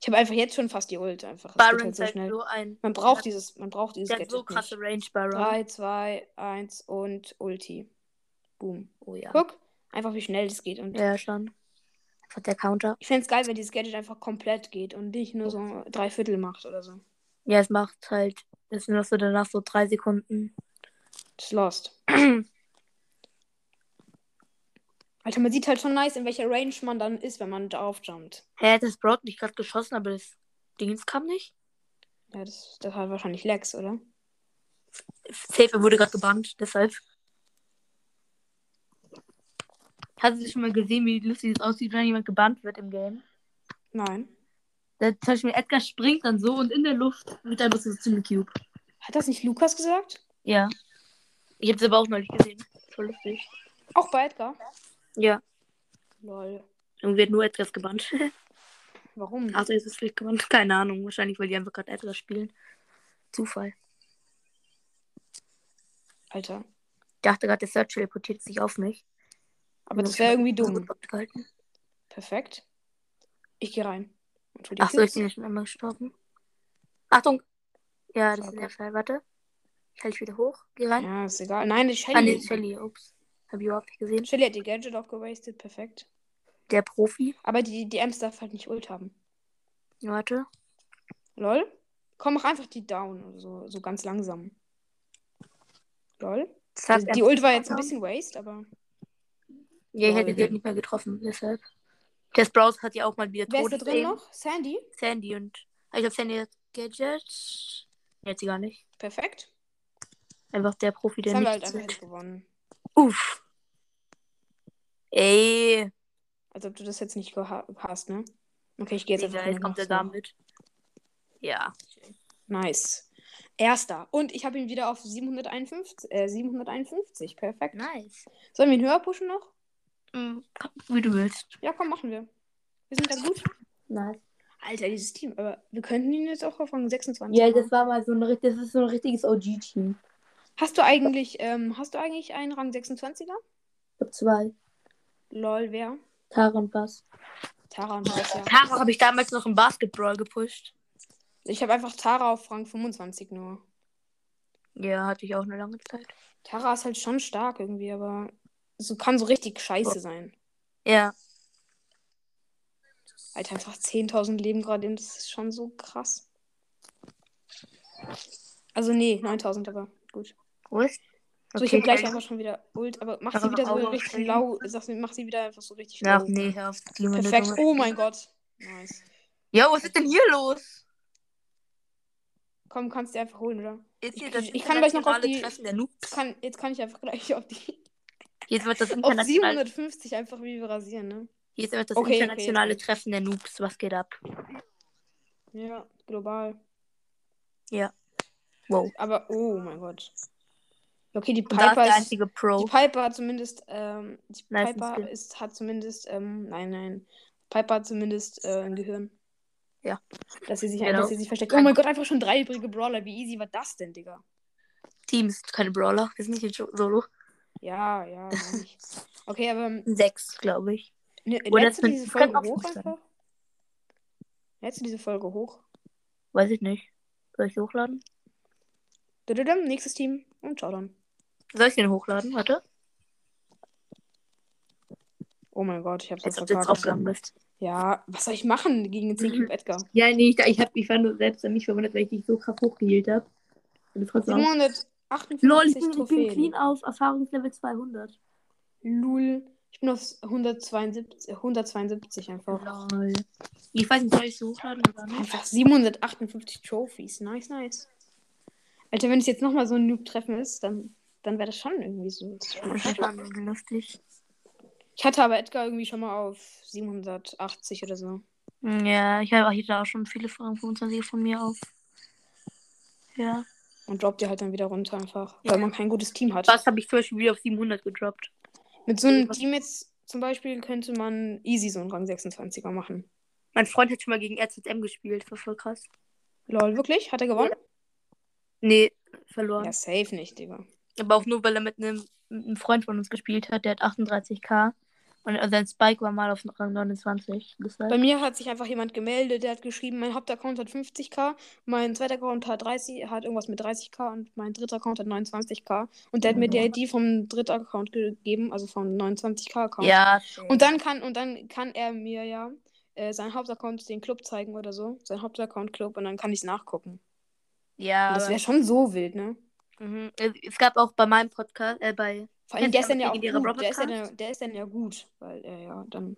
A: Ich habe einfach jetzt schon fast die Ult einfach. Es geht
B: Baron
A: halt so
B: zeigt
A: schnell.
B: so ein.
A: Man braucht dieses, man braucht dieses
B: Der hat
A: Gadget
B: so krasse
A: nicht.
B: Range, Baron.
A: 3, 2, 1 und Ulti. Boom.
B: Oh ja.
A: Guck, einfach wie schnell das geht. Und
B: Ja, schon. Einfach der Counter.
A: ich fände es geil, wenn dieses Gadget einfach komplett geht und nicht nur so drei Viertel macht oder so.
B: Ja, es macht halt. Das sind noch so danach so drei Sekunden.
A: Das ist lost. [clears throat] Alter, man sieht halt schon nice, in welcher Range man dann ist, wenn man drauf jumpt.
B: Hä, das Broad nicht gerade geschossen, aber das Dingens kam nicht.
A: Ja, das, das hat wahrscheinlich Lex, oder?
B: Safe, er wurde gerade gebannt, deshalb. Hast du schon mal gesehen, wie lustig es aussieht, wenn jemand gebannt wird im Game?
A: Nein.
B: Da zum Beispiel Edgar springt dann so und in der Luft wird dann so zum Cube.
A: Hat das nicht Lukas gesagt?
B: Ja. Ich hab's aber auch neulich gesehen. Voll lustig.
A: Auch bei Edgar?
B: Ja.
A: Lol.
B: Und wird nur Edgars gebannt.
A: Warum?
B: [laughs] Also ist es vielleicht gebannt. Keine Ahnung. Wahrscheinlich, weil die einfach gerade Edgar spielen. Zufall.
A: Alter.
B: Ich dachte gerade, der Search teleportiert sich auf mich.
A: Aber das wäre irgendwie dumm.
B: Gehalten.
A: Perfekt. Ich gehe rein. Und tu die
B: Ach so, ich
A: Kills.
B: bin ja schon einmal gestorben. Achtung! Ja, das
A: So,
B: ist
A: okay.
B: der Fall. Warte. Ich halte dich wieder hoch. Geh rein.
A: Ja, ist egal. Nein, das ist
B: ah, nee,
A: Shelly.
B: Shelly. Ups. Hab ich überhaupt nicht gesehen.
A: Shelly hat die Gadget auch gewastet. Perfekt.
B: Der Profi.
A: Aber die DMs darf halt nicht ult haben.
B: Warte.
A: Lol. Komm, mach einfach die down. oder So, so ganz langsam. Lol.
B: Zack.
A: die Ult war jetzt ein bisschen waste, aber.
B: Ja, ich hätte
A: Lol.
B: die halt nicht mehr getroffen. Deshalb. Der Sprouse hat ja auch mal wieder
A: Wer ist da drin
B: Todesfame.
A: noch? Sandy?
B: Sandy und. Ah, Ich glaube, Sandy hat Gadget. Nee, hat sie gar nicht.
A: Perfekt.
B: Einfach der Profi,
A: Jetzt
B: der
A: haben wir halt
B: nicht
A: einfach
B: zählt.
A: jetzt gewonnen.
B: Uff. Ey.
A: Als Also, ob du das jetzt nicht geha- hast, ne? Okay, ich gehe jetzt
B: Digga,
A: einfach noch
B: jetzt kommt er
A: nach vorne.
B: damit. Ja.
A: Nice. Erster. Und ich habe ihn wieder auf 751, äh, 751. Perfekt.
B: Nice.
A: Sollen wir ihn höher pushen noch?
B: Mhm. komm, Wie du willst.
A: Ja, komm, machen wir. Wir sind ganz gut.
C: Nice.
A: Alter, dieses Team. Aber wir könnten ihn jetzt auch auf Rang 26
C: Ja,
A: machen.
C: das war mal so ein, richt- das ist so ein richtiges OG-Team.
A: Hast du eigentlich, ähm, hast du eigentlich einen Rang 26er?
C: Ich hab zwei.
A: Lol, wer?
C: Tara und Bass.
A: Tara und Bass, ja.
B: Tara habe ich damals noch im Basketball gepusht.
A: Ich habe einfach Tara auf Rang 25 nur.
B: Ja, hatte ich auch eine lange Zeit.
A: Tara ist halt schon stark irgendwie, aber so kann so richtig scheiße sein.
B: Ja.
A: Alter, einfach 10.000 Leben gerade eben, das ist schon so krass. Also nee, 9.000, aber gut.
B: Was?
A: So, ich habe gleich einfach schon wieder Ult, aber mach sie
B: Aber
A: wieder so
B: Aura
A: richtig
B: stellen.
A: lau. Sag, sie- mach sie wieder einfach so richtig
B: Ach
A: lau.
B: nee, hör auf. Die Minute.
A: Perfekt. Oh mein Gott. Nice.
B: Ja, was ist denn hier los?
A: Komm, kannst dir einfach holen, oder?
B: Jetzt
A: Ich-
B: hier das
A: ich kann gleich noch auf
B: internationale
A: die-
B: Treffen der Noobs.
A: Kann, jetzt kann ich einfach gleich auf die
B: Jetzt wird das
A: Auf
B: internationale,
A: 750 einfach wie wir rasieren, ne?
B: jetzt wird das
A: Okay, okay,
B: internationale
A: okay.
B: Treffen der Noobs. Was geht ab?
A: Ja, global.
B: Wow.
A: Aber, oh mein Gott. Okay, die
B: Und da ist
A: Piper
B: der
A: ist.
B: einzige
A: Die
B: Pro.
A: Piper hat zumindest, ähm, die
B: Nice
A: Piper
B: Skill.
A: ist, hat zumindest, ähm, nein, nein. Piper hat zumindest äh, ein Gehirn.
B: Ja.
A: Dass sie sich,
B: Genau.
A: dass sie sich versteckt. Oh mein Gott, einfach schon drei übrige Brawler. Wie easy war das denn, Digga?
B: Teams, keine Brawler. Wir sind nicht in Jo- Solo.
A: Ja,
B: [laughs]
A: ja, meine ich. Okay, aber ähm,
B: Sechs, glaube ich.
A: ne,
B: Oder
A: lädst du
B: es
A: diese
B: kann
A: Folge
B: auch
A: hoch
B: nicht sein.
A: einfach? Lädst du diese Folge hoch?
B: Weiß ich nicht. Soll ich sie hochladen?
A: Dududum, Nächstes Team und schau dann.
B: Soll ich den hochladen? Warte.
A: Oh mein Gott, ich hab's
B: Jetzt,
A: jetzt
B: ob du jetzt draufgegangen bist.
A: Ja, was soll ich machen gegen den 10
C: Mhm.
A: Cube Edgar?
C: Ja, nee, ich, ich, hab, ich war nur selbst an mich verwundert, weil ich dich so krass hochgehielt hab. Und trotzdem auch-
A: 758
C: Lol, ich bin, ich bin
A: Trophäen.
C: clean auf Erfahrungslevel 200.
A: Lul. Ich bin auf 172, äh, 172
C: Oh,
A: einfach.
C: Genau.
B: Lol. Ich weiß nicht, soll ich sie hochladen oder nicht?
A: Einfach 758 Trophies. Nice, nice. Alter, wenn es jetzt nochmal so ein Noob-Treffen ist, dann, dann wäre das schon irgendwie so. das ist schon
B: Das ist
A: schade.
B: schon lustig.
A: Ich hatte aber Edgar irgendwie schon mal auf 780 oder so.
B: Ja, ich habe da auch schon viele Fragen 25 von mir auf. Ja.
A: Und droppt ihr halt dann wieder runter einfach, weil man kein gutes Team hat.
B: Was habe ich zum Beispiel wieder auf 700 gedroppt?
A: Mit so einem Team jetzt zum Beispiel könnte man easy so einen Rang 26er machen.
B: Mein Freund hat schon mal gegen RZM gespielt. War voll krass.
A: Lol, wirklich? Hat er gewonnen?
B: Nee,
A: Ja,
B: verloren.
A: safe nicht, Digga.
B: Aber auch nur, weil er mit einem, mit einem Freund von uns gespielt hat. Der hat 38k. Und also sein Spike war mal auf Rang 29.
A: Bei
B: Deshalb.
A: mir hat sich einfach jemand gemeldet, der hat geschrieben, mein Hauptaccount hat 50k, mein zweiter Account hat 30, hat irgendwas mit 30k und mein dritter Account hat 29k. Und der hat mir die ID vom dritten Account gegeben, also vom 29k-Account.
B: Ja.
A: Und dann kann, und dann kann er mir ja äh, seinen Hauptaccount den Club zeigen oder so. Sein Hauptaccount-Club und dann kann ich nachgucken.
B: Ja.
A: Und das
B: aber-
A: wäre schon so wild, ne?
B: Mhm. Es gab auch bei meinem Podcast, äh, bei
A: Vor allem,
B: Kennst
A: der ist dann
B: du
A: ja auch
B: legendäre
A: gut. Der ist, ja
B: Broadcast?
A: dann, der ist dann ja gut, weil er ja dann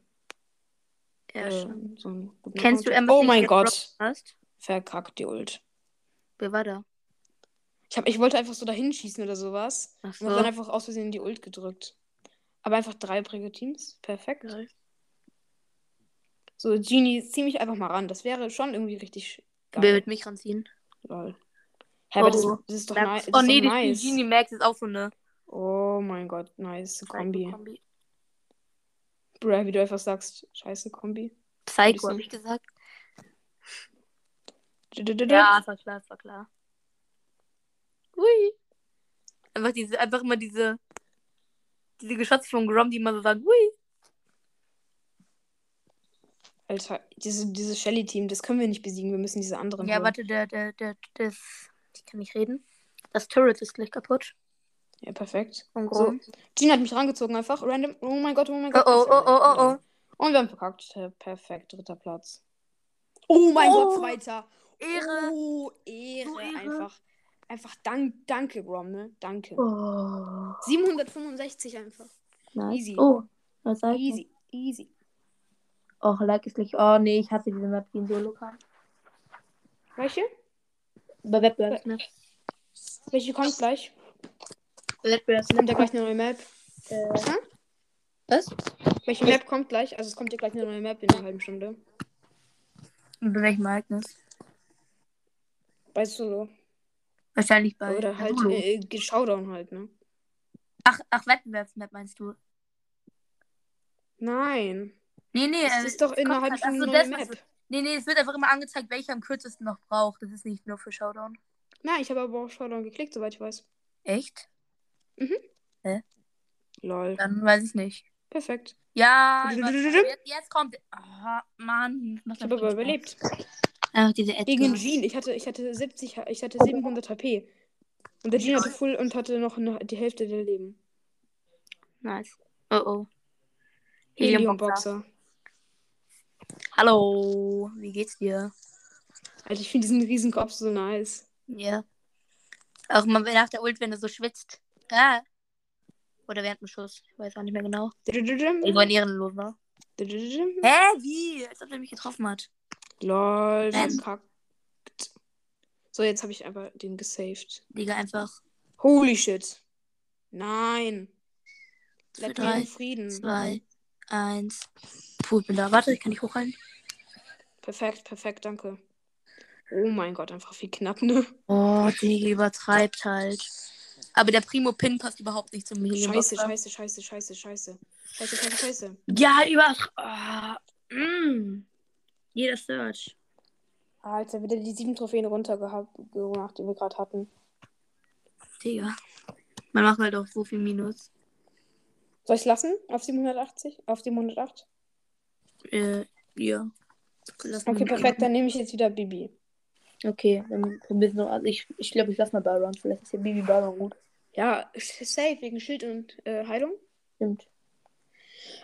B: ja,
A: äh,
B: schon.
A: so einen guten
B: Kennst du
A: Account hat.
B: Emma
A: Oh mein
B: Fitzgerald
A: Gott,
B: Podcast?
A: verkackt die Ult.
B: Wer war da?
A: Ich, hab, ich wollte einfach so dahin schießen oder sowas.
B: Ach
A: Und hab dann einfach aus Versehen die Ult gedrückt. Aber einfach drei übrige Teams. Perfekt.
B: Geil.
A: So, Genie, zieh mich einfach mal ran. Das wäre schon irgendwie richtig
B: Wer
A: geil.
B: wird mich ranziehen?
A: Lol. Hä, aber das,
B: Oh.
A: das ist doch, ni das
B: Max.
A: ist
B: Oh
A: doch
B: nee, die
A: nice.
B: Genie Max ist auch so eine
A: Oh mein Gott, nice Kombi.
B: Psycho-Kombi.
A: Bruh, wie du einfach sagst, scheiße Kombi.
B: Psycho,
A: Würde
B: habe
A: ich
B: ich gesagt.
A: Du, du, du, du.
B: Ja, ist war klar, ist war klar. Hui. Einfach diese, einfach immer diese, diese Geschwatze von Grom, die immer so sagen, hui.
A: Alter, diese, dieses Shelly-Team, das können wir nicht besiegen. Wir müssen diese anderen.
B: Ja,
A: holen.
B: warte, der, der, der, das, ich kann nicht reden. Das Turret ist gleich kaputt.
A: Ja, perfekt.
B: Von
A: So.
B: Grom.
A: Gina hat mich rangezogen einfach. Random. Oh mein Gott, oh mein
B: Oh,
A: Gott.
B: oh, oh, oh, oh, oh.
A: Und wir haben verkackt. Äh, Perfekt, dritter Platz. Oh mein
B: Oh.
A: Gott, zweiter.
B: Ehre.
A: Oh, Ehre.
B: So Ehre.
A: Einfach. Einfach dank, danke, Grom, ne? Danke.
C: Oh.
A: 765 einfach.
C: Nice.
A: Easy.
C: Oh, was sagt
A: Easy, easy.
C: Och, like ist gleich. Oh nee, ich hasse diese Map, die in Solo kam.
A: Welche?
C: Bei Wettbewerbs, ne?
A: Welche kommt gleich?
C: Wettbewerbs,
A: Kommt ja gleich eine neue Map.
C: Äh,
B: Mhm.
A: Hm?
C: was?
A: Welche Map kommt gleich? Also es kommt ja gleich eine neue Map in einer halben Stunde.
B: Bei welchem Ereignis?
A: Bei Solo.
B: Wahrscheinlich bei.
A: Oder halt
B: Solo.
A: äh, äh, Showdown halt, ne?
B: Ach, ach, Wettbewerbsmap meinst du?
A: Nein.
B: Nee, nee.
A: Es
B: äh,
A: ist doch
B: es
A: in einer halben
B: kommt halt- ach
A: Stunde
B: so,
A: eine neue
B: das meinst du.
A: Map.
B: Nee, nee, es wird einfach immer angezeigt, welcher am kürzesten noch braucht. Das ist nicht nur für Showdown.
A: Nein, ich habe aber auch Showdown geklickt, soweit ich weiß.
B: Echt?
A: Lol.
B: Dann weiß ich nicht.
A: Perfekt.
B: Ja,
A: Du-
B: ich
A: du-
B: weiß-
A: du- du-
B: aber jetzt, jetzt kommt. Ah, Mann. das macht
A: Ich habe aber
B: keinen
A: überlebt.
B: Spaß. Ach, diese
A: Gegen
B: Edgar.
A: Jean. Ich hatte, ich hatte 70, H- ich hatte 700 HP. Und der Jean hatte Full und hatte noch eine, die Hälfte der Leben.
B: Nice. Oh oh.
A: Helium
B: Helium-Boxer.
A: Boxer.
B: Hallo. Wie geht's dir?
A: Alter, ich finde diesen riesen Kopf so nice.
B: Ja. Auch mal nach der Ult, wenn du so schwitzt. Ah. Oder während dem Schuss. Ich weiß auch nicht mehr genau. Die waren
A: Dudududum.
B: ehrenlos, ne?
A: Dudududum.
B: Hä? Wie? Als ob der mich getroffen hat.
A: Lol,
B: Ähm.
A: verkackt. So, jetzt habe ich aber den gesaved.
B: Digga, einfach.
A: Holy shit. Nein. Bleib mir
B: drei,
A: in Frieden.
B: 2, 1. Puh, ich bin da. Warte, ich kann dich hochhalten.
A: Perfekt, perfekt, danke. Oh mein Gott, einfach viel knapp, ne?
B: Oh, Digga, übertreibt halt. Aber der Primo Pin passt überhaupt nicht zum Helium.
A: Scheiße, scheiße, scheiße, scheiße, scheiße. Scheiße, scheiße, scheiße.
B: Ja, über. Oh, mm. Jeder Search.
A: Alter, wieder die sieben Trophäen runter gehabt, gemacht, die wir gerade hatten.
B: Digga. Man macht halt auch so viel Minus.
A: Soll ich lassen? Auf 780? Auf 708?
B: Äh, ja. Lass
A: Okay, [clears throat]
B: mich-
A: perfekt, dann nehme ich jetzt wieder Bibi.
C: Okay, dann probieren wir noch. Also ich ich glaube, ich lasse mal Byron. Vielleicht ist hier Bibi Byron gut.
A: Ja, safe, wegen Schild und äh, Heilung.
C: Stimmt.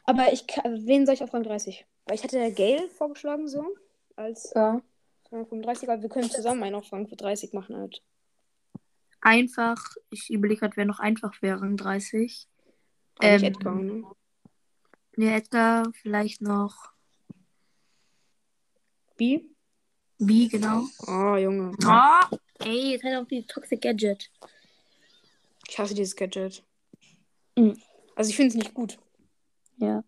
A: Aber ich, ka- also, wen soll ich auf Rang 30? Weil ich hatte ja Gale vorgeschlagen, so, als
C: Ja.
A: Rang 35, aber wir können zusammen einen auf Rang 30 machen halt.
B: Einfach. Ich überlege gerade, wer noch einfach wäre, Rang 30.
A: Eigentlich
B: Ähm.
A: Edgar, ne?
B: Ne, Edgar, vielleicht noch.
A: Bi?
B: Wie genau?
A: Oh, Junge.
B: Oh, ey, jetzt hat er auch die Toxic Gadget.
A: Ich hasse dieses Gadget.
C: Mhm.
A: Also ich finde es nicht gut.
C: Ja.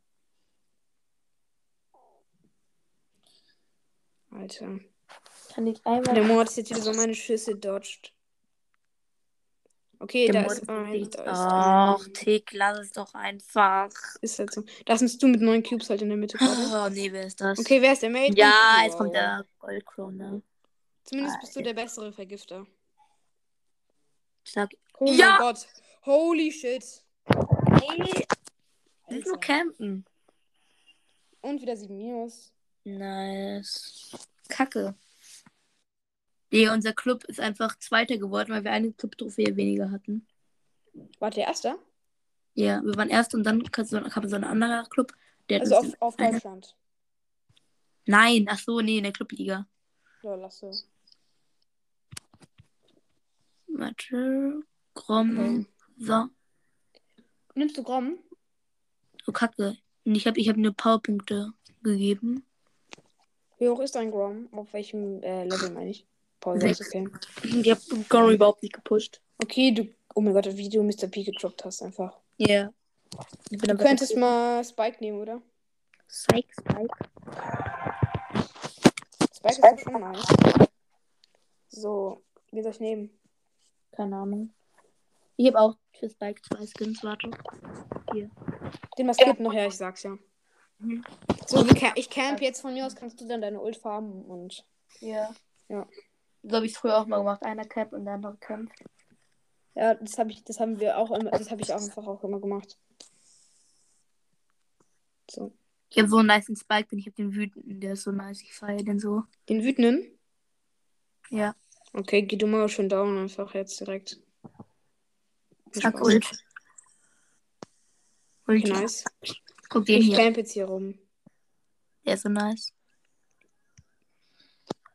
A: Alter.
C: Kann ich
A: Der
C: einmal.
A: Mo hat jetzt wieder so meine Schüsse dodged. Okay, da ist ein. Da
B: Ach,
A: ist, ein.
B: Tick, lass es doch einfach.
A: ist halt so. Da sitzt du mit neun Cubes halt in der
B: [gasps]
A: Mitte gerade.
B: Oh, nee, wer ist das?
A: Okay, wer ist der Mate?
B: Ja, jetzt
A: Wow.
B: kommt der Ah, Goldkrone.
A: Zumindest bist du der bessere Vergifter.
B: Ich sag,
A: Oh mein
B: Ja!
A: Gott. Holy shit.
B: ey, das ist
A: Alter.
B: nur campen.
A: Und wieder 7 Minus.
B: Nice. Kacke. Nee, unser Club ist einfach Zweiter geworden, weil wir eine Club-Trophäe weniger hatten.
A: Warte, der erste?
B: Ja, wir waren erst und dann kam so, kam so ein anderer Club. Der hat
A: Also
B: uns
A: auf, auf Deutschland.
B: Nein, ach so, nee, in der Clubliga.
A: Lol, lasse.
B: Warte. Grom. So.
A: Nimmst du Grom?
B: Oh, Kacke. Und ich habe ich hab nur Powerpunkte gegeben.
A: Wie hoch ist dein Grom? Auf welchem äh, Level meine ich? Paul, das ist okay.
B: Ich habe Grom überhaupt nicht gepusht.
A: Okay, du. Oh mein Gott, wie du Mr. P gedroppt hast einfach.
B: Ja. Ich bin
A: Du könntest mal Spike nehmen, oder?
B: Psych, Psych.
A: Spike ist doch schon nice. So, wie soll ich nehmen?
C: Keine Ahnung.
B: Ich habe auch für Spike zwei Skins, warte.
A: Den was gibt noch her, ich sag's ja.
B: Mhm.
A: So, wir ca ich camp jetzt von mir aus, kannst du dann deine Ult farmen und.
B: Ja.
A: Ja.
B: So habe ich früher auch mal gemacht. Einer Cap und der andere Camp.
A: Ja, das habe ich, das haben wir auch immer, das habe ich auch einfach auch immer gemacht. So.
B: Ich habe so einen nice Spike, bin ich hab den wütenden, der ist so nice, ich feiere den so.
A: Den wütenden?
B: Ja.
A: Okay, geh du mal schon down einfach jetzt direkt. Viel
B: Zack,
A: Spaß.
B: Ult. Ult.
A: Okay, nice.
B: Guck den
A: Ich
B: hier,
A: camp jetzt hier rum.
B: der ist so nice.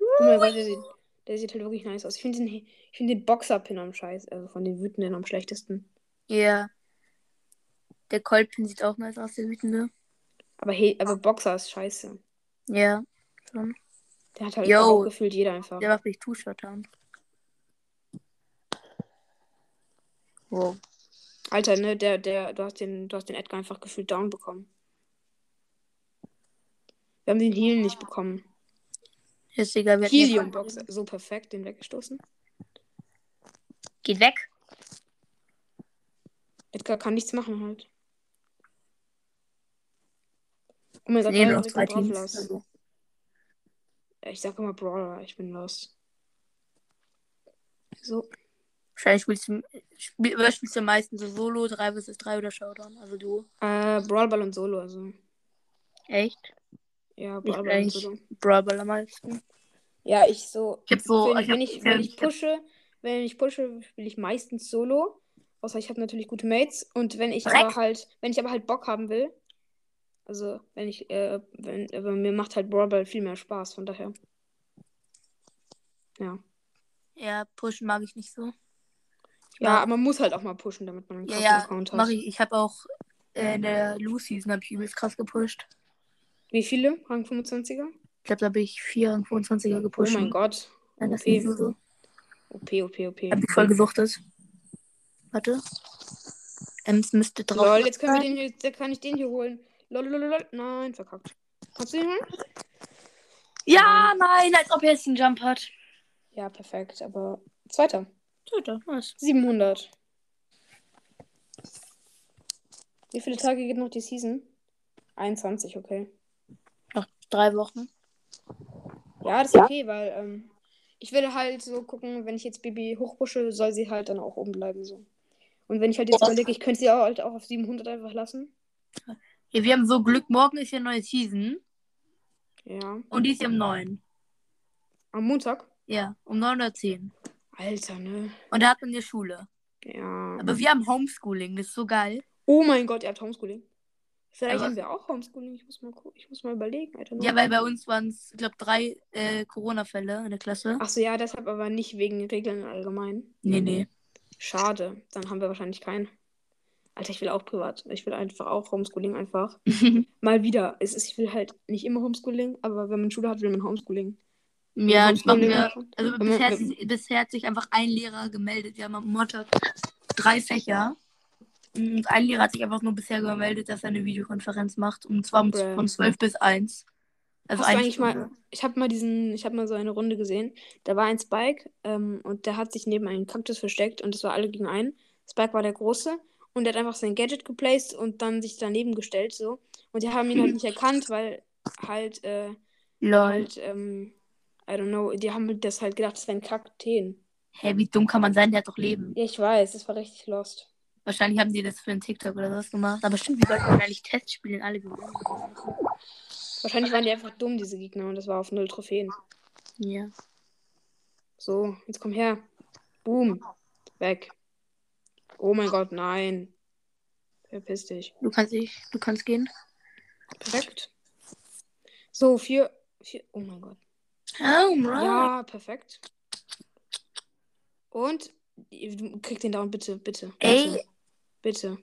A: Oh mein Gott, der sieht, der sieht halt wirklich nice aus. Ich finde den, ich find den Boxer-Pin am Scheiß, also von den Wütenden am schlechtesten.
B: Ja. Der Colpin sieht auch nice aus, der wütende.
A: Aber, hey, aber Boxer ist scheiße.
B: Ja.
A: Der hat halt
B: Yo.
A: auch gefühlt jeder einfach.
B: Der macht mich Two-Shot an. Wow.
A: Alter, ne, der, der, du hast den, du hast den Edgar einfach gefühlt down bekommen. Wir haben den Heal nicht bekommen.
B: Ist egal, wir hatten ja-
A: Helium-Boxer, so perfekt, den weggestoßen.
B: Geht weg.
A: Edgar kann nichts machen halt. Oh mein Gott,
B: Nee,
A: nee,
B: nur noch zwei
A: drauf
B: Teams.
A: los.
B: Also,
A: Ich sag immer Brawler, ich bin los. So.
B: wahrscheinlich spielst du, spiel, wer spielst du am meisten so Solo, 3 vs 3 oder Showdown. Also du.
A: Äh, Brawl Ball und Solo, also.
B: Echt?
A: Ja, Brawl
B: Ich
A: Ball und
B: eigentlich
A: Solo.
B: Brawl Ball am meisten.
A: Ja, ich so.
B: Ich hab so.
A: wenn,
B: ich
A: wenn ich,
B: hab,
A: wenn ich
B: hab-
A: pushe, wenn ich pushe, spiele ich meistens Solo. Außer ich habe natürlich gute Mates. Und wenn ich
B: Dreck.
A: aber halt, wenn ich aber halt Bock haben will, also wenn ich, äh, wenn, aber mir macht halt Brawl Ball viel mehr Spaß, von daher. Ja.
B: Ja, pushen mag ich nicht so.
A: Ja,
B: Ja.
A: aber man muss halt auch mal pushen, damit man einen
B: Ja,
A: krassen
B: ja,
A: Account hat.
B: Mach ich. Ich habe auch äh, in der Loose-Season hab ich übelst krass gepusht.
A: Wie viele? Rang 25er?
B: Ich glaube, da habe ich 4 und 25er
A: Oh
B: gepusht.
A: mein Gott.
B: Nein, das
A: OP.
B: ist nicht so.
A: OP, OP, OP.
B: Hab ich voll gesuchtet. Warte. Ähm, es müsste drauf.
A: Lol, jetzt können wir den hier, jetzt kann ich den hier holen. Lol, lol, lol, lol. Nein, verkackt. Kannst du den holen?
B: Ja, nein, als ob er jetzt einen Jump hat.
A: Ja, perfekt, aber zweiter.
B: Tut was?
A: 700. Wie viele Tage geht noch die Season? 21, okay.
B: Noch drei Wochen.
A: Ja, das ist okay, weil ähm, ich will halt so gucken, wenn ich jetzt Bibi hochpushe, soll sie halt dann auch oben bleiben. So. Und wenn ich halt jetzt überlege, ich könnte sie auch, halt auch auf 700 einfach lassen.
B: Ja, wir haben so Glück, morgen ist ja neue Season.
A: Ja.
B: Und die ist ja um
A: Genau.
B: 9.
A: Am Montag?
B: Ja, um 9 oder 10.
A: Alter, ne?
B: Und da hat man ja Schule.
A: Ja.
B: Aber wir haben Homeschooling, das ist so geil.
A: Oh mein Gott, ihr habt Homeschooling. Vielleicht
B: Aber-
A: haben wir auch Homeschooling. Ich muss mal, gu- ich muss mal überlegen, Alter.
B: Ja, weil bei uns waren es, ich glaube, drei äh, Corona-Fälle in der Klasse.
A: Achso, ja, deshalb aber nicht wegen Regeln allgemein.
B: Nee, nee.
A: Schade, dann haben wir wahrscheinlich keinen. Alter, ich will auch privat. Ich will einfach auch Homeschooling
B: [laughs]
A: einfach. Mal wieder. Es ist, ich will halt nicht immer Homeschooling, aber wenn man Schule hat, will man Homeschooling.
B: ja, das machen
A: Homeschooling
B: wir.
A: machen. ähm,
B: Also
A: Wenn man-
B: bisher, hat sich- bisher hat sich einfach ein Lehrer gemeldet. Wir haben am Montag drei Fächer. Hm, Und ein Lehrer hat sich einfach nur bisher gemeldet, dass er eine Videokonferenz macht. Und zwar um-
A: Bruh.
B: von 12 bis 1. Also
A: Hast du
B: eine
A: eigentlich
B: Stunde.
A: mal, ich habe mal diesen, ich habe mal so eine Runde gesehen. Da war ein Spike ähm, und der hat sich neben einen Kaktus versteckt und es war alle gegen einen. Spike war der Große und der hat einfach sein Gadget geplaced und dann sich daneben gestellt so. Und die haben ihn
B: [laughs]
A: halt nicht erkannt, weil halt, äh,
B: Lol.
A: halt, ähm, I don't know, die haben das halt gedacht, das wären Kakteen.
B: Hä, wie dumm kann man sein? Der hat doch Leben.
A: Ja, ich weiß, das war richtig lost.
B: Wahrscheinlich haben die das für einen TikTok oder was gemacht. Aber stimmt, wie sollten wir eigentlich Testspielen alle gewinnen?
A: Wahrscheinlich waren die einfach dumm, diese Gegner, und das war auf null Trophäen.
B: Ja.
A: So, jetzt komm her. Boom. Weg. Oh mein Gott, nein. Verpiss dich.
B: Du kannst, ich, du kannst gehen.
A: Perfekt. So, vier. vier oh mein Gott.
B: Oh,
A: Ja, perfekt. Und du krieg den down, bitte, bitte.
B: Ey.
A: Bitte. Bitte.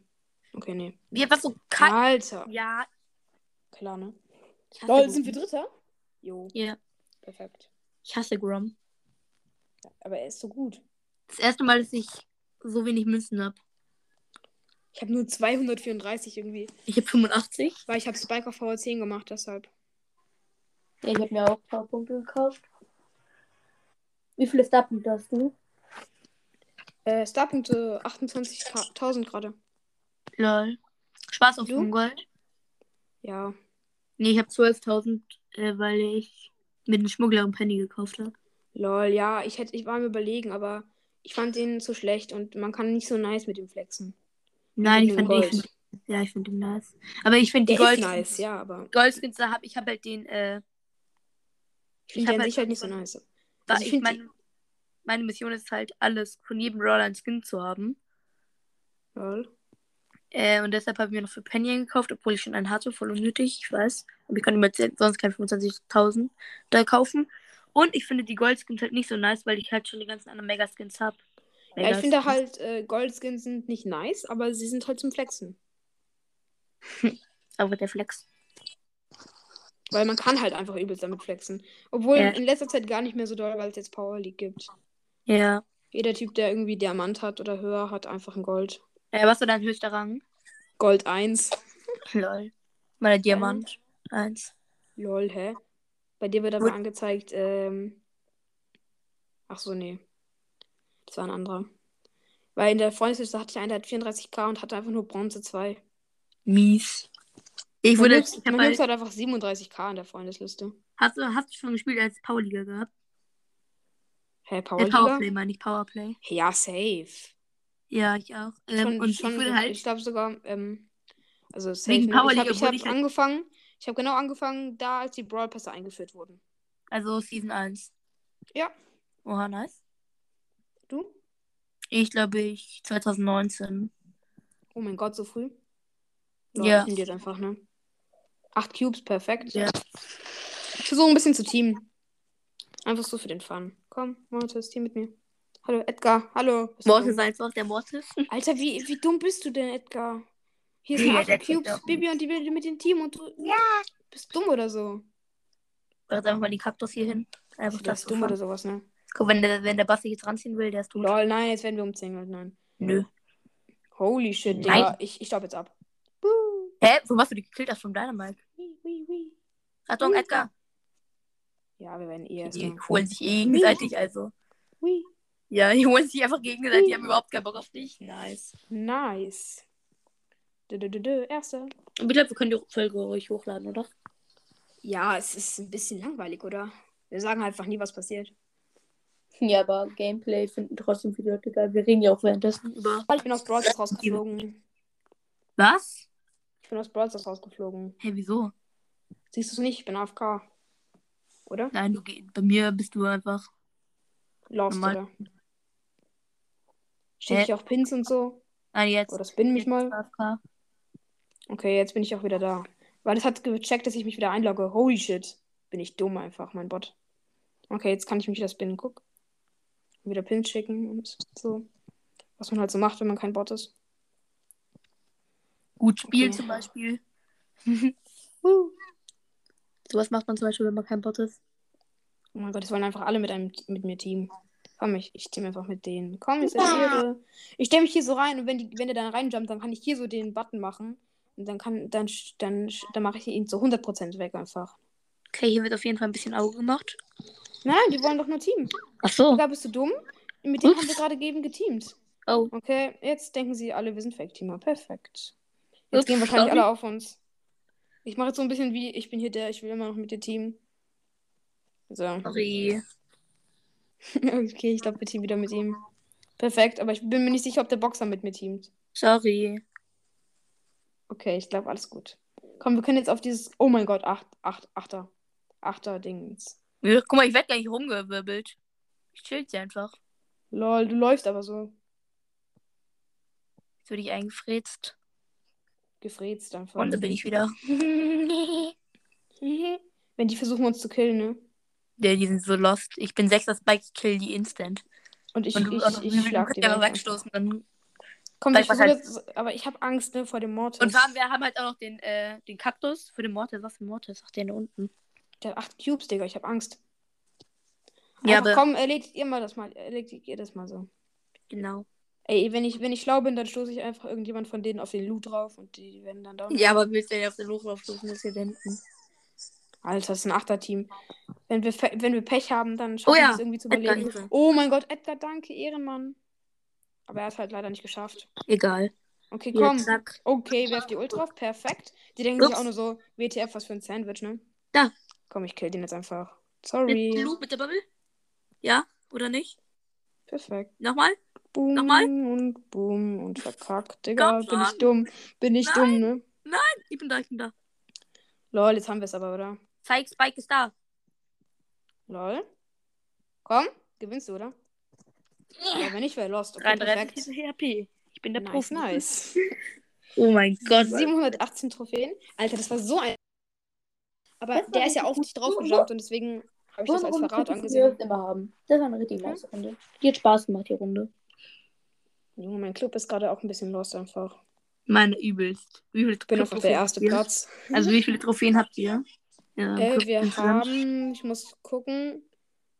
A: Okay, nee.
B: Wir haben so kein.
A: Alter.
B: Ja.
A: Klar, ne?
B: Ich hasse
A: Lol,
B: Grom.
A: sind wir Dritter? Jo,
B: Ja,
A: perfekt.
B: ich hasse Grom.
A: Aber er ist so gut.
B: Das erste Mal, dass ich so wenig Münzen habe.
A: Ich habe nur 234 irgendwie.
B: Ich habe 85.
A: Weil ich habe Spike auf Power 10 gemacht, deshalb.
C: Ja, ich habe mir auch ein paar Punkte gekauft. Wie viele Starpunkte hast du?
A: Äh, Starpunkte 28.000 gerade.
B: Lol. Spaß auf
A: Du?
B: dem Gold.
A: Ja.
B: Nee, ich habe 12.000, äh, weil ich mit einem Schmuggler einen Penny gekauft habe.
A: Lol, ja, ich hätte, ich war am überlegen, aber Ich fand den zu schlecht und man kann nicht so nice mit ihm flexen.
B: Nein, ich
A: Mit dem
B: fand den. ich find- Ja, ich finde den nice. Aber ich finde
A: Der
B: die Gold.
A: ist nice, ja, aber
B: Goldskins, da hab, ich habe halt den. Äh,
A: ich finde
B: hab
A: den
B: halt-
A: sich halt nicht so nice.
B: war,
A: Also ich
B: ich
A: find
B: meine, meine Mission ist halt, alles von jedem Brawler ein Skin zu haben.
A: Lol.
B: Äh, und deshalb habe ich mir noch für Penny gekauft, obwohl ich schon einen hatte, voll unnötig, ich weiß. Aber ich kann mir jetzt sonst kein 25.000 da kaufen. Und ich finde die Goldskins halt nicht so nice, weil ich halt schon die ganzen anderen Megaskins habe.
A: Ja, ich finde halt, äh, Goldskins sind nicht nice, aber sie sind halt zum Flexen.
B: Aber der Flex.
A: Weil man kann halt einfach übelst damit flexen. Obwohl
B: Ja.
A: in letzter Zeit gar nicht mehr so doll, weil es jetzt Power League gibt.
B: Ja.
A: Jeder Typ, der irgendwie Diamant hat oder höher, hat einfach ein Gold.
B: Äh, was war dein höchster Rang?
A: Gold 1.
B: Lol. Meine Diamant. Eins.
A: Lol, hä? Bei dir wird aber
B: Gut.
A: angezeigt, ähm. Ach so, nee. Das war ein anderer. Weil in der Freundesliste hatte ich einen, der hat 34k und hatte einfach nur Bronze 2.
B: Mies. Ich
A: Mein
B: wurde.
A: Liebster-
B: ich hab
A: mein
B: halt,
A: Liebster hat einfach 37k in der Freundesliste.
B: hast, du, hast du schon gespielt als Powerliga gehabt?
A: Hä,
B: Äh,
A: Powerliga?
B: Powerplay, meine ich, Powerplay.
A: Ja, safe.
B: Ja, ich auch. Ähm,
A: schon,
B: und
A: schon,
B: ich wurde halt.
A: glaube sogar, ähm, also safe
B: Wegen
A: nicht.
B: Power
A: ich habe
B: League
A: ich
B: wurde
A: hab
B: ich halt-
A: angefangen, ich habe genau angefangen, da als die Brawl Pässe eingeführt wurden.
B: Also Season 1.
A: Ja.
B: Oha, nice.
A: Du?
B: Ich glaube, ich 2019.
A: Oh mein Gott, so früh?
B: Ja.
A: Ja. Ich nehm die jetzt einfach, ne? Acht Cubes, perfekt.
B: Ja.
A: Ich versuche ein bisschen zu teamen. Einfach so für den Fun. Komm, Mortis, team mit mir. Hallo, Edgar. Hallo. Bist du
B: Mortis
A: dumm?
B: eins noch der Mortis.
A: Alter, wie, wie dumm bist du denn, Edgar? Hier
B: Ja,
A: sind
B: der
A: acht
B: ist doch
A: Cubes,
B: dumm.
A: Bibi und die Bibi mit dem Team und du bist dumm oder so.
B: Bringt einfach mal die Kaktus hier hin.
A: Du
B: Einfach das
A: bist dumm oder sowas, ne?
B: Guck, wenn der, wenn der Basti jetzt ranziehen will, der ist tot.
A: Lol, nein, jetzt werden wir umzingelt, nein.
B: Nö.
A: Holy shit,
B: Nein.
A: Digga. Ich, ich stopp jetzt ab. Woo.
B: Hä? Wo hast du die gekillt? Das von Dynamite.
A: Wii, wii, wii.
B: Achtung, Edgar.
A: Ja, wir werden eh
B: Die
A: erstmal.
B: holen sich eh gegenseitig, also.
A: Wii.
B: Ja, die holen sich einfach gegenseitig. Die haben überhaupt keinen Bock auf dich. Nice.
A: Nice. Dö, dö, dö, dö. Erster.
B: Und ich glaube, wir können die Folge ruhig hochladen, oder?
A: Ja, es ist ein bisschen langweilig, oder? Wir sagen einfach nie, was passiert.
C: Ja, aber Gameplay finden trotzdem viele Leute geil. Wir reden ja auch währenddessen.
B: Über.
A: Ich bin aus Brawl [laughs] Stars rausgeflogen.
B: Was?
A: Ich bin aus Brawl Stars rausgeflogen.
B: Hä, wieso?
A: Siehst du es nicht? Ich bin AFK. Oder?
B: Nein, du, geh- bei mir bist du einfach.
A: Lost,
B: Normal.
A: oder? Schicke ich auch Pins und so?
B: Nein, jetzt.
A: Oder spin mich mal?
B: AFK.
A: Okay, jetzt bin ich auch wieder da. Weil das hat gecheckt, dass ich mich wieder einlogge. Holy shit. Bin ich dumm einfach, mein Bot. Okay, jetzt kann ich mich wieder spinnen. Guck. Wieder Pins schicken und so. Was man halt so macht, wenn man kein Bot ist.
B: Gut Spiel
A: Okay.
B: zum Beispiel.
A: Woo.
B: Sowas macht man zum Beispiel, wenn man kein Bot ist.
A: Oh mein Gott, es wollen einfach alle mit, einem, mit mir teamen. Komm, ich, ich team einfach mit denen. Komm, ich irre. Ich stelle mich hier so rein und wenn, die, wenn der dann reinjumpt, dann kann ich hier so den Button machen. Und dann kann, dann, sch- dann, sch- dann mache ich ihn zu 100% weg einfach.
B: Okay, hier wird auf jeden Fall ein bisschen Auge gemacht.
A: Nein, die wollen doch nur teamen.
B: Ach so.
A: Digga, bist du dumm? Mit denen
B: Ups.
A: haben wir gerade eben geteamt.
B: Oh.
A: Okay, jetzt denken sie alle, wir sind Fake-Teamer. Perfekt. Jetzt
B: Ups,
A: gehen wahrscheinlich
B: sorry.
A: alle auf uns. Ich mache jetzt so ein bisschen wie, ich bin hier der, ich will immer noch mit dir teamen. So. [laughs]
B: Sorry.
A: Okay, ich glaube, wir teamen wieder mit ihm. Perfekt, aber ich bin mir nicht sicher, ob der Boxer mit mir teamt.
B: Sorry.
A: Okay, ich glaube, alles gut. Komm, wir können jetzt auf dieses. Oh mein Gott, acht, acht, achter. Achter-Dings.
B: Ja, Guck mal, ich werd gar nicht rumgewirbelt. Ich chill hier einfach.
A: Lol, du läufst aber so
B: Jetzt wurde ich eingefräst.
A: gefräst einfach.
B: Und da bin ich wieder.
A: [laughs] Wenn die versuchen, uns zu killen, ne?
B: Ja, die sind so lost. Ich bin sechster Spike, ich kill die instant.
A: Und ich,
B: Und du,
A: ich,
B: also,
A: ich,
B: wir
A: schlag
B: können
A: die
B: die einfach
A: weg.
B: wegstoßen. Dann.
A: Komm,
B: Weil
A: ich
B: was
A: versuch jetzt, aber ich habe Angst, ne, vor dem Mortis.
B: Und wir haben, wir haben halt auch noch den, äh, den Kaktus für den Mortis. Was für ein Mortis? Ach, der da unten.
A: Der hat acht Cubes, Digga, ich habe Angst.
B: Ja,
A: Einfach,
B: aber-
A: komm, erledigt ihr mal das mal, erledigt ihr das mal so.
B: Genau.
A: Ey, wenn ich, wenn ich schlau bin, dann stoße ich einfach irgendjemand von denen auf den Loot drauf und die werden dann down.
B: Ja, aber willst du ja auf den Hoch raufstoßen, musst du denken.
A: Alter, das ist ein Achter-Team. Wenn wir, Fe- wenn wir Pech haben, dann schaffen
B: Oh ja,
A: wir es irgendwie zu
B: Edgar
A: überleben.
B: Ehre.
A: oh mein Gott, Edgar, danke, Ehrenmann. Aber er hat halt leider nicht geschafft.
B: Egal.
A: Okay,
B: Hier,
A: komm.
B: zack.
A: Okay, werf die Ult drauf, perfekt. Die denken sich
B: Ups.
A: auch nur so, WTF, was für ein Sandwich, ne?
B: Da.
A: Komm, ich kill den jetzt einfach.
B: Mit
A: Sorry.
B: Blue, mit der Bubble? Ja, oder nicht?
A: Perfekt.
B: Nochmal?
A: Boom
B: Nochmal?
A: und boom und verkackt. Digga,
B: Komm
A: bin
B: schon.
A: ich dumm. Bin ich
B: Nein.
A: dumm, ne?
B: Ich bin da, ich bin da.
A: Lol, jetzt haben wir es aber, oder?
B: Zeig, Spike ist da.
A: Lol. Komm, gewinnst du, oder? Ja, wenn nicht, wäre lost. Okay, perfekt.
B: 33 HP. Ich bin der
A: Nice,
B: Profi.
A: nice.
C: [laughs]
B: Oh mein Gott.
A: 718 Trophäen. Alter, das war so ein. Aber
C: Das war
A: der ist
C: richtig
A: ja auf dich
C: gut.
A: draufgejumpt und deswegen habe ich das als
C: Runde
A: Verrat
C: kriegst du
A: angesehen.
C: jetzt immer haben. Das war eine richtig
A: Ja.
C: nice Runde. Die hat Spaß gemacht, die Runde.
A: Junge, mein Club ist gerade auch ein bisschen lost einfach.
B: Meine übelst. Wie viele
A: Ich bin einfach der erste Platz.
B: Also wie viele Trophäen habt ihr? Ja,
A: Äh,
B: guck
A: wir
B: mal.
A: haben, ich muss gucken,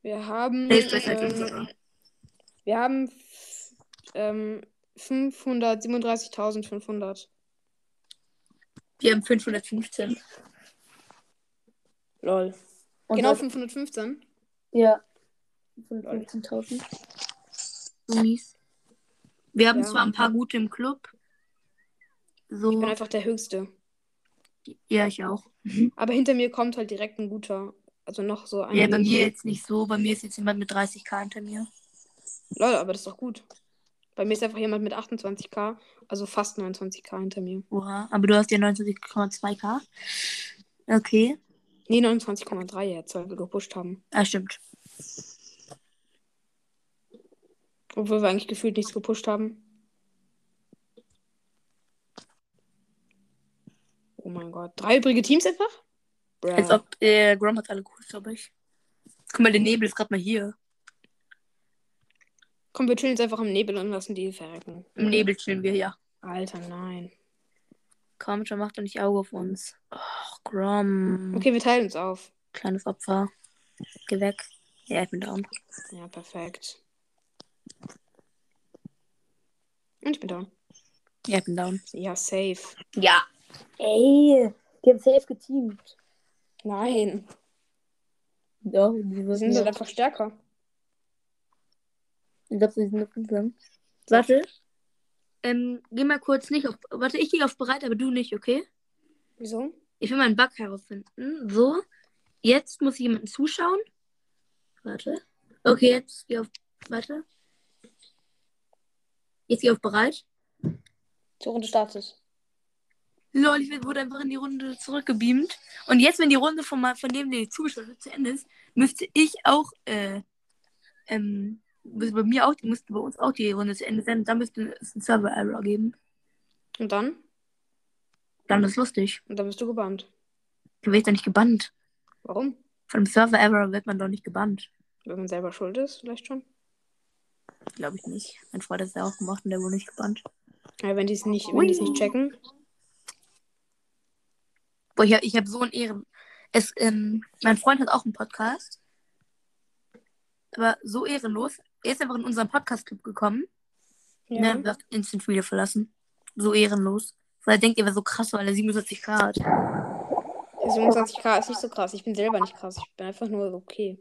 A: wir haben,
B: Der ist besser als
A: ähm,
B: unserer.
A: wir haben f- ähm, 537.500.
B: Wir haben 515.
A: Lol.
C: Und
A: genau
C: das-
A: 515.
C: Ja. Von 15.000.
B: So mies. Wir haben
A: Ja.
B: zwar ein paar gute im Club.
A: Ich bin
B: So,
A: einfach der Höchste.
B: ja, ich auch.
A: Aber hinter mir kommt halt direkt ein guter. Also noch so ein.
B: Ja, bei mir jetzt nicht so. Bei mir ist jetzt jemand mit 30k hinter mir.
A: Lol, aber das ist doch gut. Bei mir ist einfach jemand mit 28k, also fast 29k hinter mir.
B: Oha. Aber du hast ja 29,2k. Okay.
A: Nee, 29,3 jetzt, weil wir gepusht haben.
B: Ah, stimmt.
A: Obwohl wir eigentlich gefühlt nichts gepusht haben. Oh mein Gott. Drei übrige Teams einfach? Bruh.
B: Als ob äh, Grom hat alle cool, glaube ich. Guck mal, der Nebel ist gerade mal hier.
A: Komm, wir chillen jetzt einfach im Nebel und lassen die verrecken.
C: Mhm.
B: Im Nebel chillen wir, ja.
A: Alter, nein.
B: Komm schon, mach doch nicht Auge auf uns. Ach, Grom.
A: Okay, wir teilen uns auf.
B: Kleines Opfer. Geh weg. Ja, ich bin dran.
A: Ja, perfekt. Und ich bin da.
B: Ja, ich bin down.
A: Ja, safe.
B: Ja.
C: Ey, die haben safe geteamt.
A: Nein.
C: Ja, die
A: Wir sind halt einfach stärker.
C: Ich glaube, sie sind auf Instagram.
B: Warte. Ähm, geh mal kurz nicht auf. Warte, ich gehe auf bereit, aber du nicht, okay?
A: Wieso?
B: Ich will meinen Bug herausfinden. So. Jetzt muss ich jemanden zuschauen. Warte. Okay, jetzt geh auf. Warte. Jetzt geh auf bereit.
A: Zur Runde Status.
B: Lol, ich werd- wurde einfach in die Runde zurückgebeamt. Und jetzt, wenn die Runde von, ma- von dem, den ich zugeschaut habe, zu Ende ist, müsste ich auch, äh, ähm, müsste bei mir auch, müsste bei uns auch die Runde zu Ende sein. Und dann müsste es einen Server-Error geben.
A: Und dann?
B: Dann ist lustig.
A: Und dann bist du gebannt.
B: Du wirst ja nicht gebannt.
A: Warum?
B: Von einem Server-Error wird man doch nicht gebannt.
A: Wenn man selber schuld ist, vielleicht schon.
B: Glaube ich nicht. Mein Freund hat es ja auch gemacht und der wurde nicht gebannt.
A: Ja, wenn die es nicht, wenn die es nicht checken.
B: Boah, ich, hab- ich habe so einen Ehren. Es, ähm, mein Freund hat auch einen Podcast. Aber so ehrenlos. Er ist einfach in unseren Podcast-Club gekommen. Ja.
A: Ja.
B: hat einfach instant wieder verlassen. So ehrenlos. Weil er denkt, er wäre so krass, weil er 47 K hat.
A: Also 25k ist nicht so krass. Ich bin selber nicht krass. Ich bin einfach nur okay.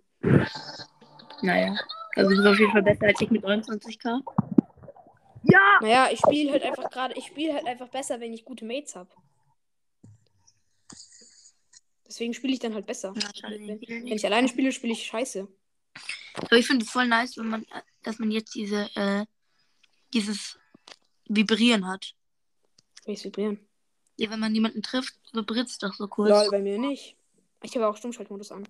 B: Naja. Also du bist auf jeden Fall besser als ich mit 29 K. Ja!
A: Naja, ich spiele halt einfach gerade, ich spiele halt einfach besser, wenn ich gute Mates habe. Deswegen spiele ich dann halt besser. Wenn
B: Aber
A: ich alleine spiele, spiele ich scheiße.
B: ich finde es voll nice, wenn man, dass man jetzt diese, äh, dieses Vibrieren hat.
A: Will ich vibrieren.
B: Ja, wenn man jemanden trifft, vibriert es doch so
A: Lol,
B: kurz.
A: bei mir nicht. Ich habe auch Stummschaltmodus an.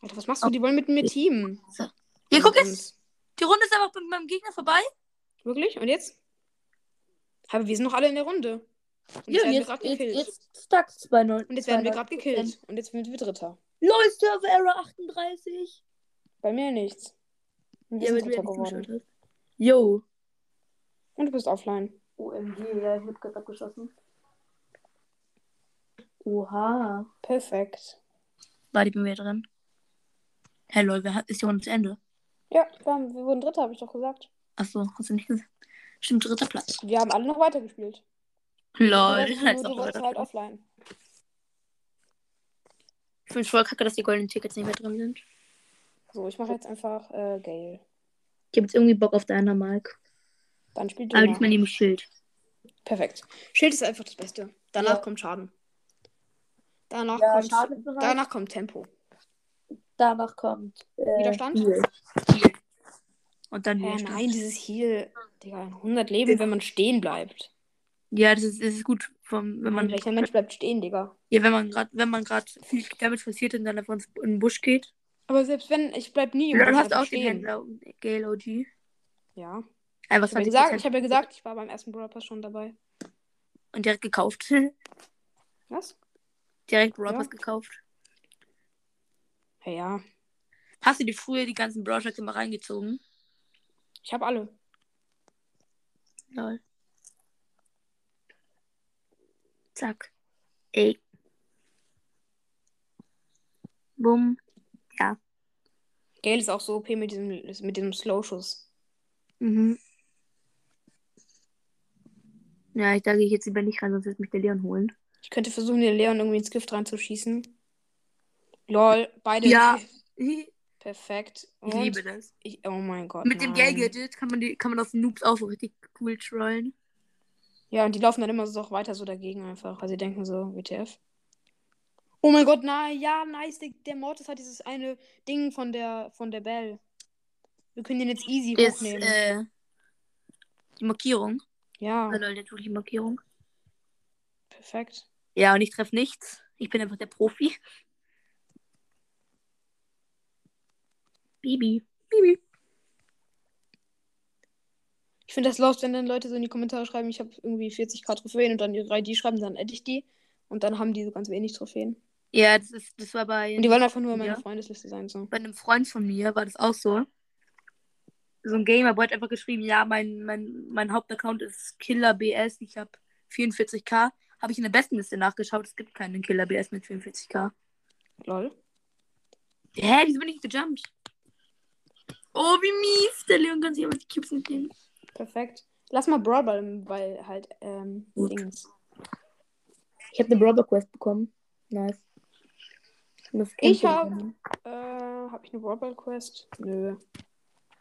A: Alter, was machst du? Die wollen mit mir teamen.
B: Ja,
A: Und-
B: guck jetzt! Die Runde ist einfach mit meinem Gegner vorbei.
A: Wirklich? Und jetzt? Aber wir sind noch alle in der Runde. Und jetzt
C: Ja, und
A: werden wir
C: jetzt,
A: gerade
C: jetzt,
A: gekillt.
C: jetzt stuck's bei 9.
A: und jetzt werden wir gerade gekillt. Und jetzt sind wir Dritter.
C: LOL, Server Error 38.
A: Bei mir nichts. Und wir
B: Ja,
A: sind
B: weil du
A: Dritter
B: ja nicht
A: geworden.
B: geschaut hast. Yo.
A: Und du bist offline.
C: OMG, ja, ich hab gerade abgeschossen. Oha.
A: Perfekt.
B: War die bei mir drin? Hey, lol, wer hat- ist die Runde zu Ende?
A: Ja, wir, haben, wir wurden Dritter, habe ich doch gesagt.
B: Achso, hast du nicht gesagt? Stimmt, dritter Platz.
A: Wir haben alle noch weitergespielt.
B: [laughs] Lol. Also,
A: du,
B: [laughs] als
A: warst- nur
B: ob
A: du warst
B: dritter
A: halt
B: Platz.
A: offline.
B: Ich finde voll kacke, dass die goldenen Tickets nicht mehr drin sind.
A: So, ich mache jetzt einfach äh, Gale.
B: Ich habe jetzt irgendwie Bock auf deiner, Mike.
A: Dann spielt
B: Aber
A: Dynamo.
B: diesmal nehme ich Schild.
A: Perfekt. Schild ist einfach das Beste. Danach
C: Ja.
A: kommt Schaden. Danach,
C: Ja,
A: kommt,
C: schade.
A: danach kommt Tempo.
C: Danach kommt. Äh,
A: Widerstand?
C: Heal.
B: Und dann
A: Hä,
B: Widerstand.
A: nein, dieses Heal. Digga, 100 Leben, wenn man stehen bleibt.
B: Ja, das ist, das ist gut, vom, wenn man,
A: Welcher Mensch bleibt stehen, Digga?
B: ja, wenn man gerade, wenn man gerade viel Damage passiert und dann einfach ins- in den Busch geht.
A: Aber selbst wenn, ich bleib nie
B: Ja, du
A: Busch
B: hast
A: einfach
B: auch den Händler, Gale OG.
A: Ja.
B: Einfach
A: Ich habe ja
B: 20
A: gesagt, ich, hab ja gesagt, ich war beim ersten Brawl Pass schon dabei.
B: und direkt gekauft. [laughs]
A: Was?
B: direkt Brawl
A: Ja.
B: Pass gekauft.
A: Ja, ja.
B: Hast du dir früher die ganzen Brawl Packs immer reingezogen?
A: Ich habe alle.
B: Lol. Zack. Ey. Bumm.
A: Gale ist auch so OP mit diesem, mit diesem Slow-Schuss.
B: Mhm. Ja, ich da gehe ich jetzt lieber nicht rein, sonst wird mich der Leon [laughs] holen.
A: Ich könnte versuchen, den Leon irgendwie ins Gift reinzuschießen. Lol, beide.
B: Ja.
A: Perfekt.
B: Ich
A: Und
B: liebe das.
A: ich- oh mein Gott.
B: Mit dem
A: nein.
B: Gay-Gadget kann man, die, kann man auf Noobs auch so richtig cool trollen.
A: Ja, und die laufen dann immer so auch weiter so dagegen einfach, weil sie denken so, WTF. Oh mein Gott, na ja, nice. Der, der Mortis hat dieses eine Ding von der von der Bell. Wir können den jetzt easy
B: Ist,
A: hochnehmen.
B: äh, die Markierung.
A: ja,
B: Ah. Lol, der tut die Markierung.
A: perfekt.
B: Ja, und ich treffe nichts. Ich bin einfach der Profi. Bibi. Bibi.
A: Ich finde das läuft, wenn dann Leute so in die Kommentare schreiben, ich habe irgendwie 40k Trophäen und dann ihre ID schreiben, dann add ich die. Und dann haben die so ganz wenig Trophäen.
B: Ja, das, ist, das war bei,
A: Und die wollen einfach nur in meiner
B: Ja.
A: Freundesliste sein. So.
B: bei einem Freund von mir, war das auch so. So ein Gamer-Boy hat einfach geschrieben, ja, mein, mein, mein Hauptaccount ist Killer BS, ich habe 44k. Habe ich in der besten Liste nachgeschaut, es gibt keinen Killer BS mit 44k.
A: Lol.
B: Hä, wieso bin ich gejumpt? Oh, wie mies, der Leon kann sich aber die Cubes nicht nehmen.
A: Perfekt. Lass mal Brawl Ball, weil halt ähm,
B: Gut.
A: Dings.
C: Ich habe eine Brother Quest bekommen. Nice. Das kennt
A: Ich
C: ihr
A: hab-
C: nicht.
A: Äh, habe ich eine Brawl Ball Quest? Nö.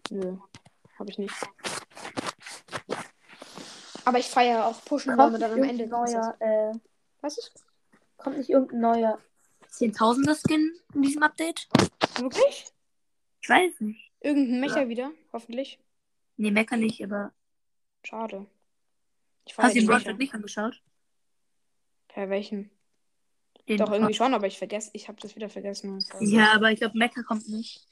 A: Nö. Habe ich nicht. Aber ich feiere auch Pushen, weil
C: Kommt
A: man
C: nicht
A: dann am Ende.
C: irgendein neuer, äh,
A: Was ist?
C: kommt nicht irgendein neuer.
B: 10.000er Skin in diesem Update?
A: Wirklich?
B: Ich weiß nicht.
A: Irgendein Mecher wieder, hoffentlich.
B: Nee, mecker nicht, aber.
A: Schade. Ich feiere
B: Hast du
A: die
B: den
A: Mecher.
B: Rocket nicht angeschaut?
A: Per welchen?
B: Den
A: Doch, irgendwie schon, aber ich vergesse, ich habe das wieder vergessen. Also,
B: Ja, aber ich glaube, Mecker kommt nicht.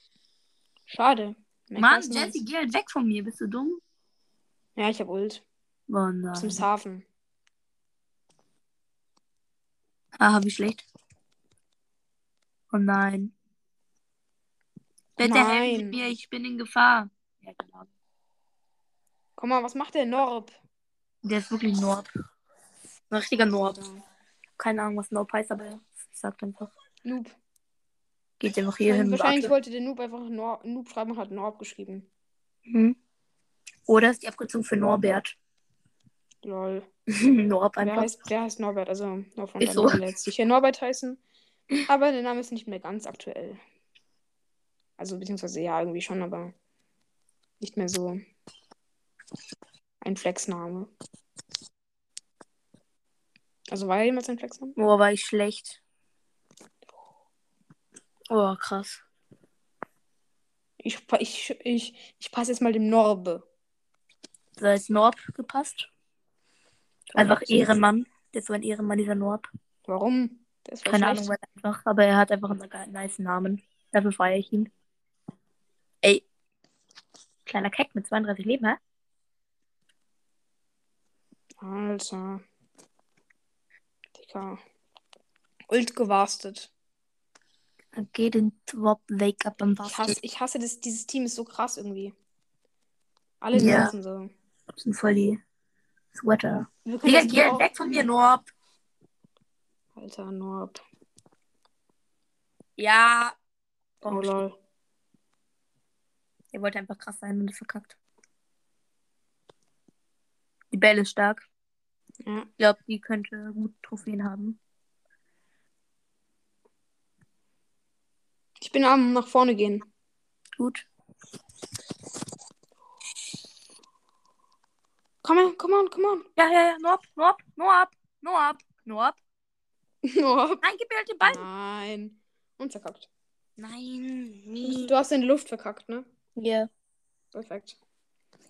A: Schade. Merk
B: Mann,
A: das
B: Jesse,
A: nicht.
B: geh halt weg von mir. Bist du dumm?
A: Ja, ich habe Ult.
B: Oh nein.
A: Zum Hafen.
B: Aha, wie Ah, schlecht. Oh nein. Bitte helfen Sie
A: Nein.
B: mir, ich bin in Gefahr. Ja, genau.
A: Guck mal, was macht der Norb?
B: Der ist wirklich Norb. Ein richtiger Norb. Keine Ahnung, was Norb heißt, aber ich sag einfach.
A: Noob.
B: Geht einfach hier hin.
A: Wahrscheinlich wollte der Noob einfach Nor Noob schreiben und hat Norb geschrieben.
B: Mhm. Oder ist die Abkürzung für Norbert? [laughs]
A: Lol.
B: Norb
A: Der
B: einfach.
A: heißt, der heißt Norbert, also no front
B: Ist
A: an
B: so.
A: Norbert lässt sich ja Norbert heißen. Aber der Name ist nicht mehr ganz aktuell. Also, beziehungsweise ja, irgendwie schon, aber nicht mehr so ein Flexname. Also war er jemals ein Flexname?
B: Oh, war ich schlecht. Oh, krass.
A: Ich, pa- ich, ich, ich passe jetzt mal dem Norbe.
B: Da ist Norb gepasst. Einfach Ehrenmann. Der ist so ein Ehrenmann, dieser Norb.
A: Warum? Der ist voll
B: Keine
A: schlecht.
B: Ahnung, weil einfach. Aber er hat einfach einen ge- nice Namen. Dafür feiere ich ihn. Ey. Kleiner Keck mit 32 Leben, hä?
A: Alter. Digga. Ult gewarstet.
B: Geh den Drop Wake Up am
A: Ich hasse,
B: Basket.
A: ich hasse das, dieses Team ist so krass irgendwie. Alle
B: Ja.
A: ja. so.
B: Das sind voll die Sweater.
A: Wir können
B: Digga,
A: das
B: geh
A: Team auch-
B: weg von mir, Norb.
A: Alter, Norb.
B: Ja.
A: Oh lol.
B: Er wollte einfach krass sein und ist verkackt. Die Bälle ist stark.
A: Ja.
B: Ich glaube, die könnte gut Trophäen haben.
A: Ich bin am nach vorne gehen.
B: Gut.
A: Komm her, komm on, komm on. [laughs]
B: Ja, ja, ja. Noab, Noab, Noab, Noab, Noab.
A: Norb.
B: Nein, gib mir halt den Ball.
A: Nein. Und verkackt.
B: Nein, nie.
A: Du hast in die Luft verkackt, ne?
B: Ja.
A: Perfekt.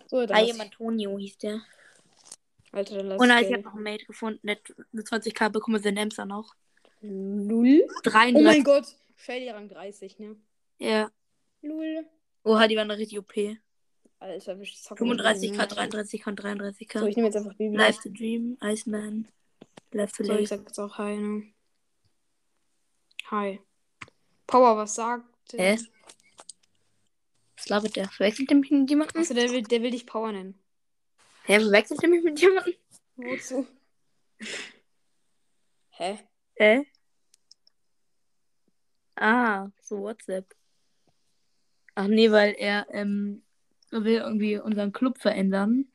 A: So, dann.
B: Hi,
A: lass-
B: Antonio hieß der.
A: Alter, dann lass
B: Ah, Und
A: ich
B: als ich
A: den.
B: habe noch ein Mate gefunden, der hat eine 20k bekommen, sein Emser noch.
A: Null. Oh
B: 33.
A: mein Gott. Shelly Rang 30, ne?
B: ja.
A: Null.
B: Oha, die waren richtig OP.
A: Alter, wir zocken. ne?
B: 35k, 33k und 33k.
A: So, ich nehme jetzt einfach Bibi.
B: Live to Dream, Iceman, Live to
A: So, ich
B: Live.
A: sag jetzt auch Hi, ne? Hi. Power, was sagt.
B: Hä? Was labert der? Verwechselt der mich mit jemandem?
A: Achso, der will, der will dich Power nennen.
B: Hä, verwechselt der mich mit jemandem?
A: Wozu? [laughs] Hä?
B: Hä? Ah, so WhatsApp. Ach nee, weil er ähm, er will irgendwie unseren Club verändern.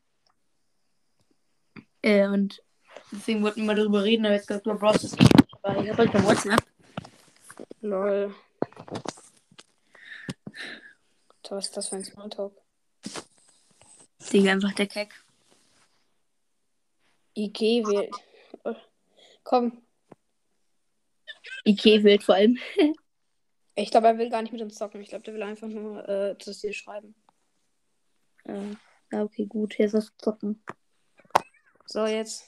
B: Äh, und deswegen wollten wir mal darüber reden, aber jetzt gesagt, Bro, Bro, das ist aber ich hab halt kein WhatsApp.
A: Lol. Alter, Was ist das für ein Smalltalk?
B: Digga, einfach der Keck.
A: IG wählt. Oh. Komm,
B: Ikea wild vor allem.
A: ich glaube, er will gar nicht mit uns zocken. Ich glaube, der will einfach nur, äh, dass dir schreiben.
B: Ja, Ah, Ja, okay, gut, jetzt lass zocken.
A: So, jetzt.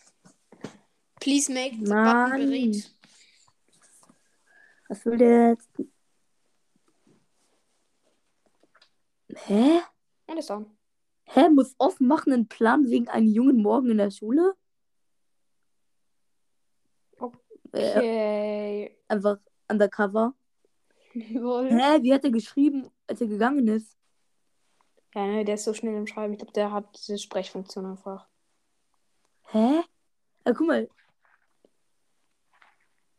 A: Please make the
B: Mann.
A: button berät.
B: Was will der jetzt? Hä?
A: Und ist da.
B: Hä, muss offen machen einen Plan wegen einem jungen Morgen in der Schule?
A: Okay.
B: Äh,
A: Yay. [laughs]
B: einfach undercover.
A: Lol.
B: Hä, wie hat er geschrieben, als er gegangen ist?
A: Ja, ne, der ist so schnell im Schreiben. Ich glaube, der hat diese Sprechfunktion einfach.
B: Hä? Ja, guck mal.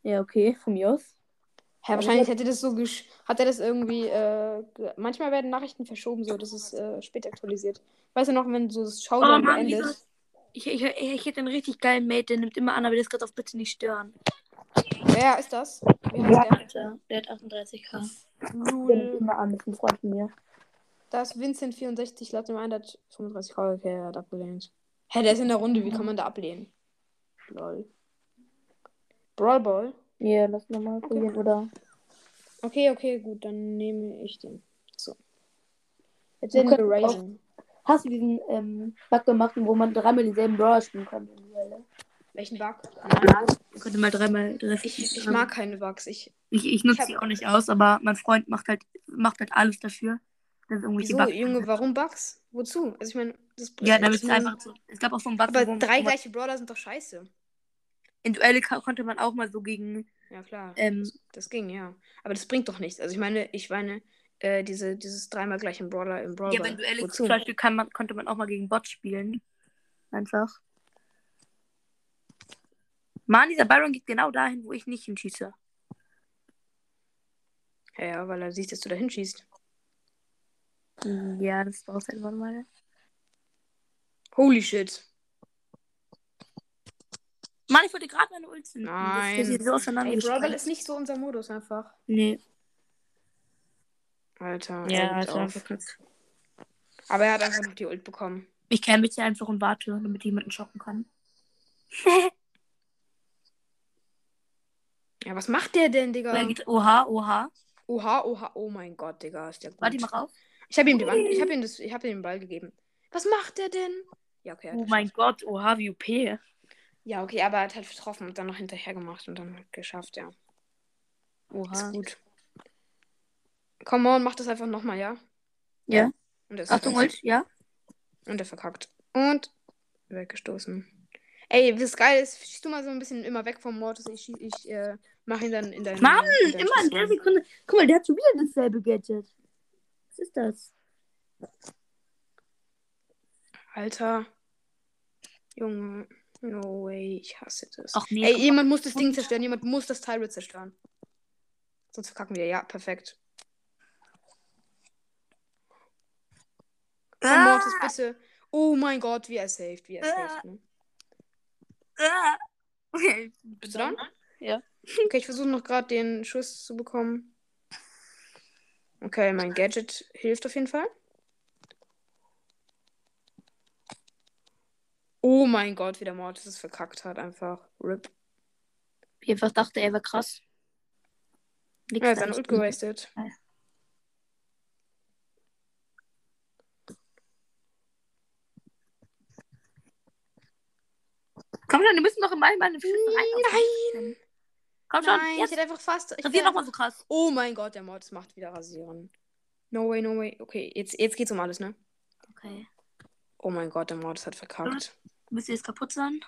B: Ja, okay, von mir aus.
A: Ja, wahrscheinlich hätte das so gesch hat er das irgendwie äh, ge- manchmal werden Nachrichten verschoben, so dass es äh, spät aktualisiert. Weißt du noch, wenn so das Showdown
B: Oh Mann,
A: beendet?
B: wieso- Ich, ich, ich hätte einen richtig geilen Mate, der nimmt immer an, aber der ist gerade auf Bitte nicht stören.
A: Wer ist das? Wie heißt der?
B: Alter, der hat 38k.
A: Lul.
C: Immer an, das ist ein Freund von mir.
A: Da ist Vincent 64, lad ihm ein, der hat 35 Euro, okay, er hat abgelehnt. Hä, der ist in der Runde, wie kann man da ablehnen? Lol. Brawl Ball?
C: Ja, lass nochmal probieren, oder?
A: Okay, okay, gut, dann nehme ich den. So. Jetzt
C: Wir
A: werden wir
C: können auch-
A: Raisen.
C: Hast du diesen ähm, Bug gemacht, wo man dreimal denselben Brawler spielen kann?
A: Welchen Bug?
B: Ich könnte mal dreimal treffen.
A: Ich, ich mag keine Bugs. Ich,
B: Ich, ich nutze
A: Ich hab-
B: die auch nicht aus, aber mein Freund macht halt, macht halt alles dafür, dass irgendwelche
A: Wieso,
B: Bugs
A: Junge, warum Bugs? Wozu? Also ich meine, das
B: Ja,
A: das
B: damit
A: ist
B: es
A: nur-
B: einfach so. Es gab auch so einen Button,
A: Aber
B: wo man-
A: drei
B: wo man-
A: gleiche Brawler sind doch scheiße.
B: In Duelle ka- konnte man auch mal so gegen.
A: Ja, klar.
B: Ähm,
A: Das ging, ja. Aber das bringt doch nichts. Also ich meine, ich meine, äh, diese, dieses dreimal gleichen Brawler im Brawl.
B: ja,
A: Ball.
B: bei Duelle
A: Wozu?
B: zum Beispiel kann man, konnte man auch mal gegen Bots spielen. Einfach. Mann, dieser Byron geht genau dahin, wo ich nicht hinschieße.
A: Ja, ja, weil er sieht, dass du da hinschießt.
B: Ja, das brauchst du irgendwann mal.
A: Holy shit.
B: Mann, ich wollte gerade meine Ult zünden.
A: Nein.
B: Das ist hier so
A: Ey, Brawl Ball
B: auseinander.
A: ist nicht so unser Modus einfach.
B: Nee.
A: Alter.
B: Ja,
A: er gibt
B: also
A: auf. Aber er hat einfach noch die Ult bekommen.
B: Ich kenne mich hier einfach und warte, damit ich jemanden schocken kann.
A: Ja, was macht der denn, Digga?
B: Weil geht- Oha, oha.
A: Oha, oha, oh mein Gott, Digga, ist der gut.
B: Warte, mach auf.
A: Ich habe ihm, die Wand- ich hab ihm, das- ich hab ihm den Ball gegeben. Was macht der denn? Ja, okay. er hat
B: Oh mein Gott, oha, wie OP.
A: Ja, okay, aber er hat halt getroffen und dann noch hinterher gemacht und dann halt geschafft, ja. Ist
B: Oha.
A: gut. Come on, mach das einfach nochmal, ja?
B: Ja.
A: Und er ist
B: Achtung,
A: verkackt.
B: Ult, ja?
A: Und er verkackt. Und weggestoßen. Ey, was geil ist, schießt du mal so ein bisschen immer weg vom Mortis. Ich, schieß- ich äh, mach ihn dann in deinen.
B: Mann,
A: in deinen
B: Immer in der
A: Schuss rein.
B: Sekunde. Guck mal, der hat schon wieder dasselbe Gadget. Was ist das?
A: Alter. Junge. No way, ich hasse das.
B: Ach nee.
A: Ey, jemand muss das Ding zerstören. Jemand muss das Tyrant zerstören. Sonst verkacken wir. Ja, perfekt. Komm,
B: Ah.
A: Mortis, bitte. Oh mein Gott, wie er saved, wie er
B: Ah.
A: saved. Ne?
B: Ah. Okay.
A: Bist du dran?
B: Ja.
A: Okay, ich versuche noch gerade den Schuss zu bekommen. Okay, mein Gadget hilft auf jeden Fall. Oh mein Gott, wie der Mortis es verkackt hat, einfach. RIP.
B: Jedenfalls dachte er, er war krass. Nix
A: Ja, ist ein
B: da.
A: Ult gewastet.
B: Komm schon, wir müssen doch immer einmal eine Nein! Komm schon,
A: Nein, ich
B: jetzt
A: hätte einfach fast. Ich
B: rasier
A: wär-
B: nochmal so krass.
A: Oh mein Gott, der Mortis macht wieder rasieren. No way, no way. Okay, jetzt, jetzt geht's um alles, ne?
B: Okay.
A: Oh mein Gott, der Mortis hat verkackt.
B: Müsst ihr jetzt kaputt sein?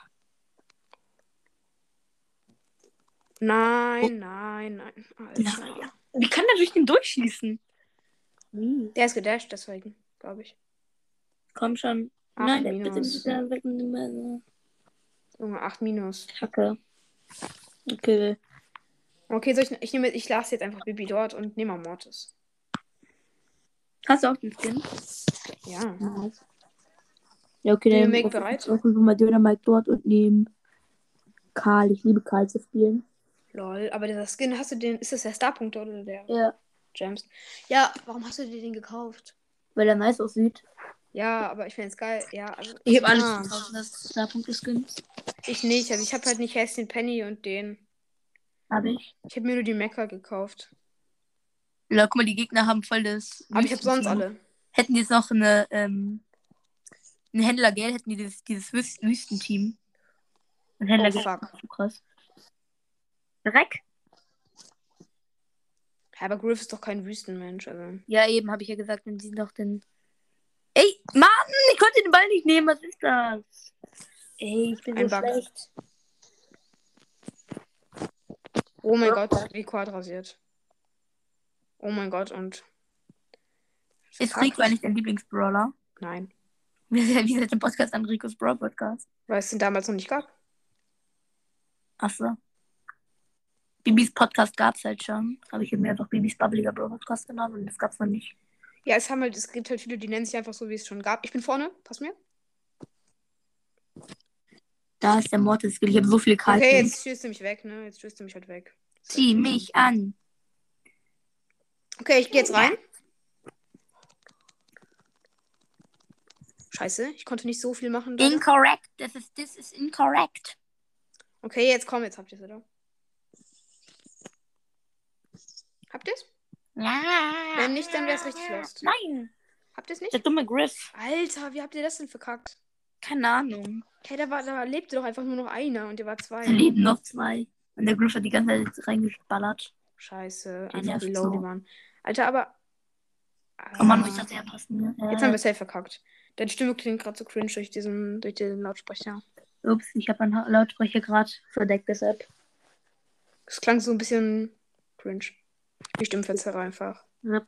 A: Nein, nein, nein. Alter.
B: Ja. Wie kann der durch den durchschießen?
C: Wie?
A: Der ist gedasht, deswegen, glaube ich.
B: Hm. Komm schon.
A: Ach,
B: Nein,
A: Minus.
B: bitte nicht da weg mit dem Messer.
A: Junge, 8 Oh, minus.
B: Kacke. Okay.
A: Okay, soll ich, ich, nehme, ich lasse jetzt einfach Bibi dort und nehme Mortis.
B: Hast du auch den Skin?
A: Ja.
C: Ja, okay,
A: Döner
C: dann
A: Mike
C: lass uns-
A: bereit?
C: lass uns noch mal Döner Mike dort und nehmen Karl. Ich liebe Karl zu spielen.
A: Lol, aber dieser Skin, hast du den. Ist das der Starpunkt oder der
C: Ja.
A: Gems? Ja, warum hast du dir den gekauft?
C: Weil er nice aussieht.
A: Ja, aber ich finde es geil. Ja, also.
B: Ich habe alles
A: Ah,
B: gekauft, was Starpunkt ist günstig.
A: Ich nicht, also ich habe halt nicht erst den Penny und den.
B: Habe ich.
A: Ich habe mir nur die Mecker gekauft.
B: Ja, guck mal, die Gegner haben voll das.
A: Aber ich habe sonst
B: Wüstenteam.
A: alle.
B: Hätten die jetzt noch eine, ähm, einen Händler, gell? Hätten die dieses, dieses Wüst Wüstenteam. Ein Händler,
A: Oh,
B: gell?
A: fuck.
B: So krass. Dreck?
A: Aber Griff ist doch kein Wüstenmensch, also.
B: Ja, eben, habe ich ja gesagt, wenn die noch den. Ey, Mann, ich konnte den Ball nicht nehmen, was ist das? Ey, ich bin
A: Ein
B: so
A: Bug.
B: schlecht.
A: Oh mein Gott, Rico hat rasiert. Oh mein Gott, und.
B: Ist
A: Fuck.
B: Rico eigentlich dein Lieblingsbrawler? [laughs]
A: Nein.
B: Wie seit dem Podcast an Ricos Brawl Podcast.
A: Weil es den damals noch nicht gab.
B: Achso. Bibis Podcast gab's halt schon. Habe ich mir einfach Bibis Bubbliger Brawl Podcast genannt und das gab's noch nicht.
A: Ja, es haben halt, es gibt halt viele, die nennen sich einfach so, wie es schon gab. Ich bin vorne, pass mir.
B: Da ist der Mortis. Ich habe so viel Karten.
A: Okay, jetzt stößt du mich weg, ne? Jetzt stößt du mich halt weg.
B: Zieh mich an.
A: Okay, ich gehe jetzt rein. Scheiße, ich konnte nicht so viel machen. leider.
B: Incorrect. Das ist, this is incorrect.
A: Okay, jetzt komm, jetzt habt ihr es, oder? Habt ihr es?
B: Wenn
A: nicht, dann wär's richtig lost.
B: Nein.
A: Habt ihr es
B: Der
A: nicht?
B: dumme Griff.
A: Alter, wie habt ihr das denn verkackt?
B: Keine Ahnung.
A: Hey, da, war, da lebte doch einfach nur noch einer und ihr war zwei.
B: Da leben noch zwei. Und der Griff hat die ganze Zeit reingeballert.
A: Scheiße,
B: Die
A: einfach
B: nervt
A: wie low die
B: so.
A: waren. Alter, aber.
B: Oh Mann,
A: Ah.
B: ich dachte, er passt mir.
A: Jetzt haben
B: Äh,
A: wir safe verkackt. Deine Stimme klingt gerade so cringe durch diesen, durch den Lautsprecher.
B: Äh, ups, ich habe meinen Lautsprecher gerade verdeckt, deshalb.
A: Es klang so ein bisschen cringe. Die Stimmverzerrer einfach.
B: Yep.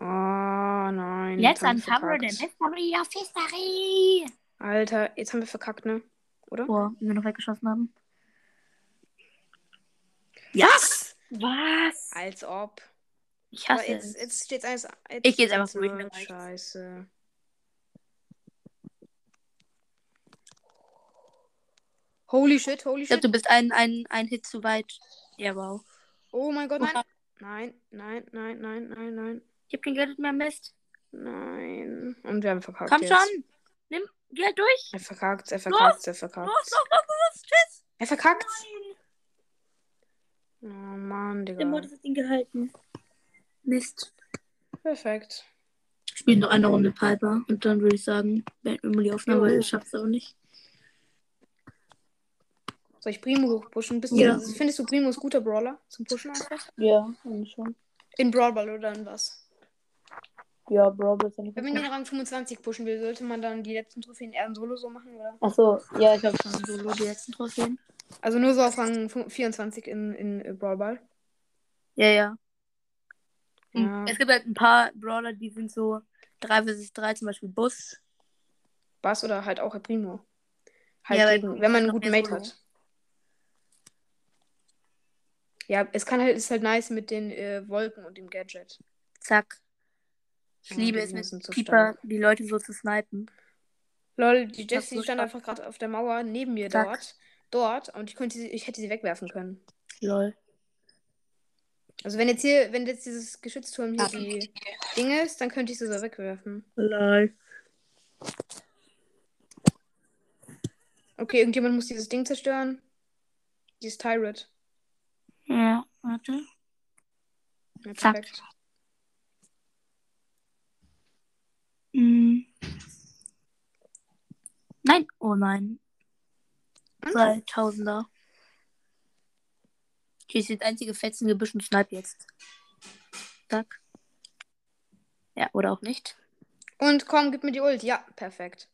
A: Oh nein.
B: Jetzt
A: haben
B: an
A: wir
B: Cover der
A: verkackt.
B: Mystery of History.
A: Alter, jetzt haben wir verkackt, ne? Oder?
B: Boah, wenn wir noch weggeschossen haben.
A: Was?
B: Was?
A: Als ob.
B: Ich
A: Aber
B: hasse
A: jetzt,
B: es.
A: jetzt steht eins. Jetzt
B: Ich geh jetzt einfach
A: steht's
B: vorhin
A: null.
B: nach rechts.
A: Scheiße. Holy shit, holy
B: Ich glaube,
A: shit.
B: du bist ein, ein, ein Hit zu weit. Ja, wow.
A: Oh mein Gott,
B: Oha.
A: nein. Nein, nein, nein, nein, nein, nein.
B: Ich hab kein Geld mehr, Mist.
A: Nein. Und wir haben verkackt.
B: Komm
A: jetzt.
B: schon. Nimm, geh halt durch.
A: Er verkackt, er verkackt, er verkackt.
B: Los, los, los, los. Tschüss.
A: Er verkackt.
B: Nein.
A: Oh Mann,
B: Der
A: Digga.
B: Modus hat ihn gehalten. Mist.
A: Perfekt.
B: Spiel noch eine Runde Piper und dann würde ich sagen, beenden wir die Aufnahme, weil ich schaff's auch nicht.
A: Soll ich Primo hochpushen? Bist
B: Ja.
A: du, findest du Primo ist guter Brawler zum Pushen einfach?
C: Ja, eigentlich schon.
A: In Brawl Ball oder in was?
C: Ja, Bro, das ist ja
A: Wenn man den
C: nicht.
A: Rang 25 pushen will, sollte man dann die letzten Trophäen eher in Solo so machen, oder?
C: Achso, ja, ich hab schon.
B: Dann Solo die letzten Trophäen.
A: Also nur so auf Rang 24 in, in äh, Brawl Ball.
B: Ja, ja.
A: Ja.
B: Es gibt halt ein paar Brawler, die sind so 3 vs 3, zum Beispiel Bus.
A: Was oder halt auch El Primo. Halt
B: Ja, aber
A: gegen, wenn man einen guten
B: mehr
A: Mate
B: Solo.
A: hat. Ja, es kann halt, ist halt nice mit den äh, Wolken und dem Gadget.
B: Zack. Ich
A: Ja,
B: liebe
A: die
B: es mit
A: sind so
B: Pieper,
A: stark.
B: die Leute so zu snipen.
A: Lol, die
B: Das ist
A: Jessie
B: so
A: stand
B: stark.
A: einfach gerade auf der Mauer neben mir
B: Zack.
A: dort. Dort. Und ich konnte sie, ich hätte sie wegwerfen können.
B: Lol.
A: Also wenn jetzt hier, wenn jetzt dieses Geschützturm hier
B: Ja.
A: die Dinge ist, dann könnte ich sie so wegwerfen.
B: Lol.
A: Okay, irgendjemand muss dieses Ding zerstören. Dieses Tyrant.
B: Ja. Warte.
A: Ja,
B: Zack.
A: perfekt. Hm.
B: Mm. Nein, oh nein. Hm?
A: Und?
B: 2000er. Hier ist das einzige Fetzen Gebüsch und Snipe jetzt. Zack. Ja, oder auch nicht.
A: Und komm, gib mir die Ult. Ja, perfekt.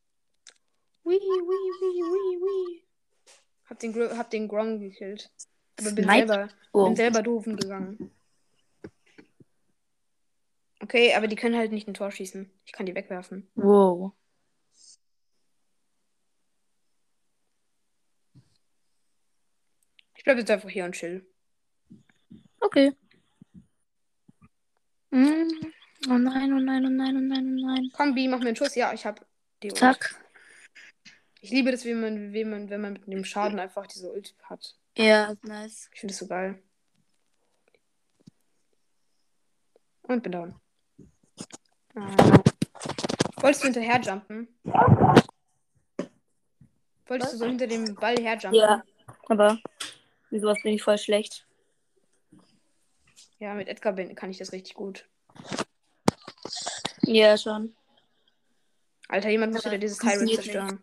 A: Wii, wii, wii, wii, wii. Hab den, Gro- hab den Grom gekillt. Aber bin
B: Snipe?
A: selber,
B: Oh.
A: bin selber doofen gegangen. Okay, aber die können halt nicht ein Tor schießen. Ich kann die wegwerfen.
B: Wow.
A: Ich bleib jetzt einfach hier und chill.
B: Okay. Mm. Oh nein, oh nein, oh nein, oh nein, oh nein.
A: Komm, B, mach mir einen Schuss. Ja, ich hab die Ult.
B: Zack.
A: Ich liebe das, wie man, wie man, wenn man mit dem Schaden einfach diese Ult hat.
B: Ja, ist nice.
A: Ich finde das so geil. Und bin down. Ah. Wolltest du hinterher jumpen? Wolltest du so hinter dem Ball herjumpen?
B: Ja. Aber in sowas bin ich voll schlecht.
A: Ja, mit Edgar bin, kann ich das richtig gut.
B: Ja, schon.
A: Alter, jemand muss
B: Aber
A: wieder dieses Tyrant
B: funktioniert
A: zerstören.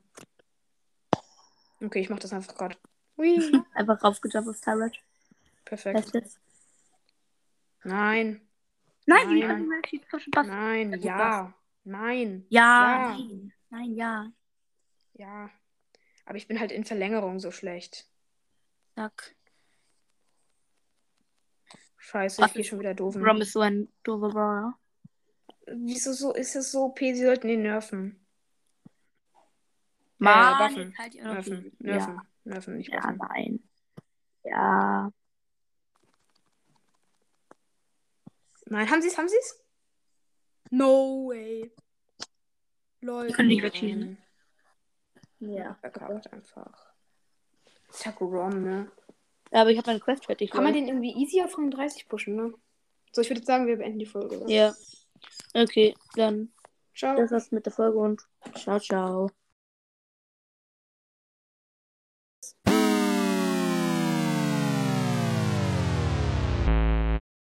A: Okay, ich mach das einfach gerade. Hui.
B: Einfach raufgejumpt auf Tyrant.
A: [laughs] Perfekt.
B: Bestes.
A: Nein.
B: Nein, die
A: Nein.
B: Animal Sheets schon Pass.
A: Nein.
B: Also
A: Ja. Nein.
B: Ja,
A: Ja.
B: nein, nein, ja.
A: Ja. Aber ich bin halt in Verlängerung so schlecht.
B: Zack.
A: Scheiße,
B: Ach,
A: ich gehe schon wieder doof.
B: Rom ist so ein doofer Brawler.
A: Wieso so ist es so OP? Sie sollten ihn nerven.
B: Mann,
A: Äh, Waffen.
B: jetzt halt ihr noch
A: Nerven,
B: die-
A: nerven, nerven, nicht
B: Ja, ja,
A: buffen.
B: nein. Ja.
A: Nein, haben sie es, haben sie es?
B: No way.
A: Lol.
B: können nicht wegschießen. Ja.
A: Verkauft einfach. Taco Rom, ne?
B: Aber ich habe meine Quest fertig.
A: Kann man
B: Leute.
A: den irgendwie easy auf 35 pushen, ne? So, ich würde jetzt sagen, wir beenden die Folge. oder?
B: Ja. Okay, dann
A: Ciao.
B: das war's mit der Folge und ciao, ciao.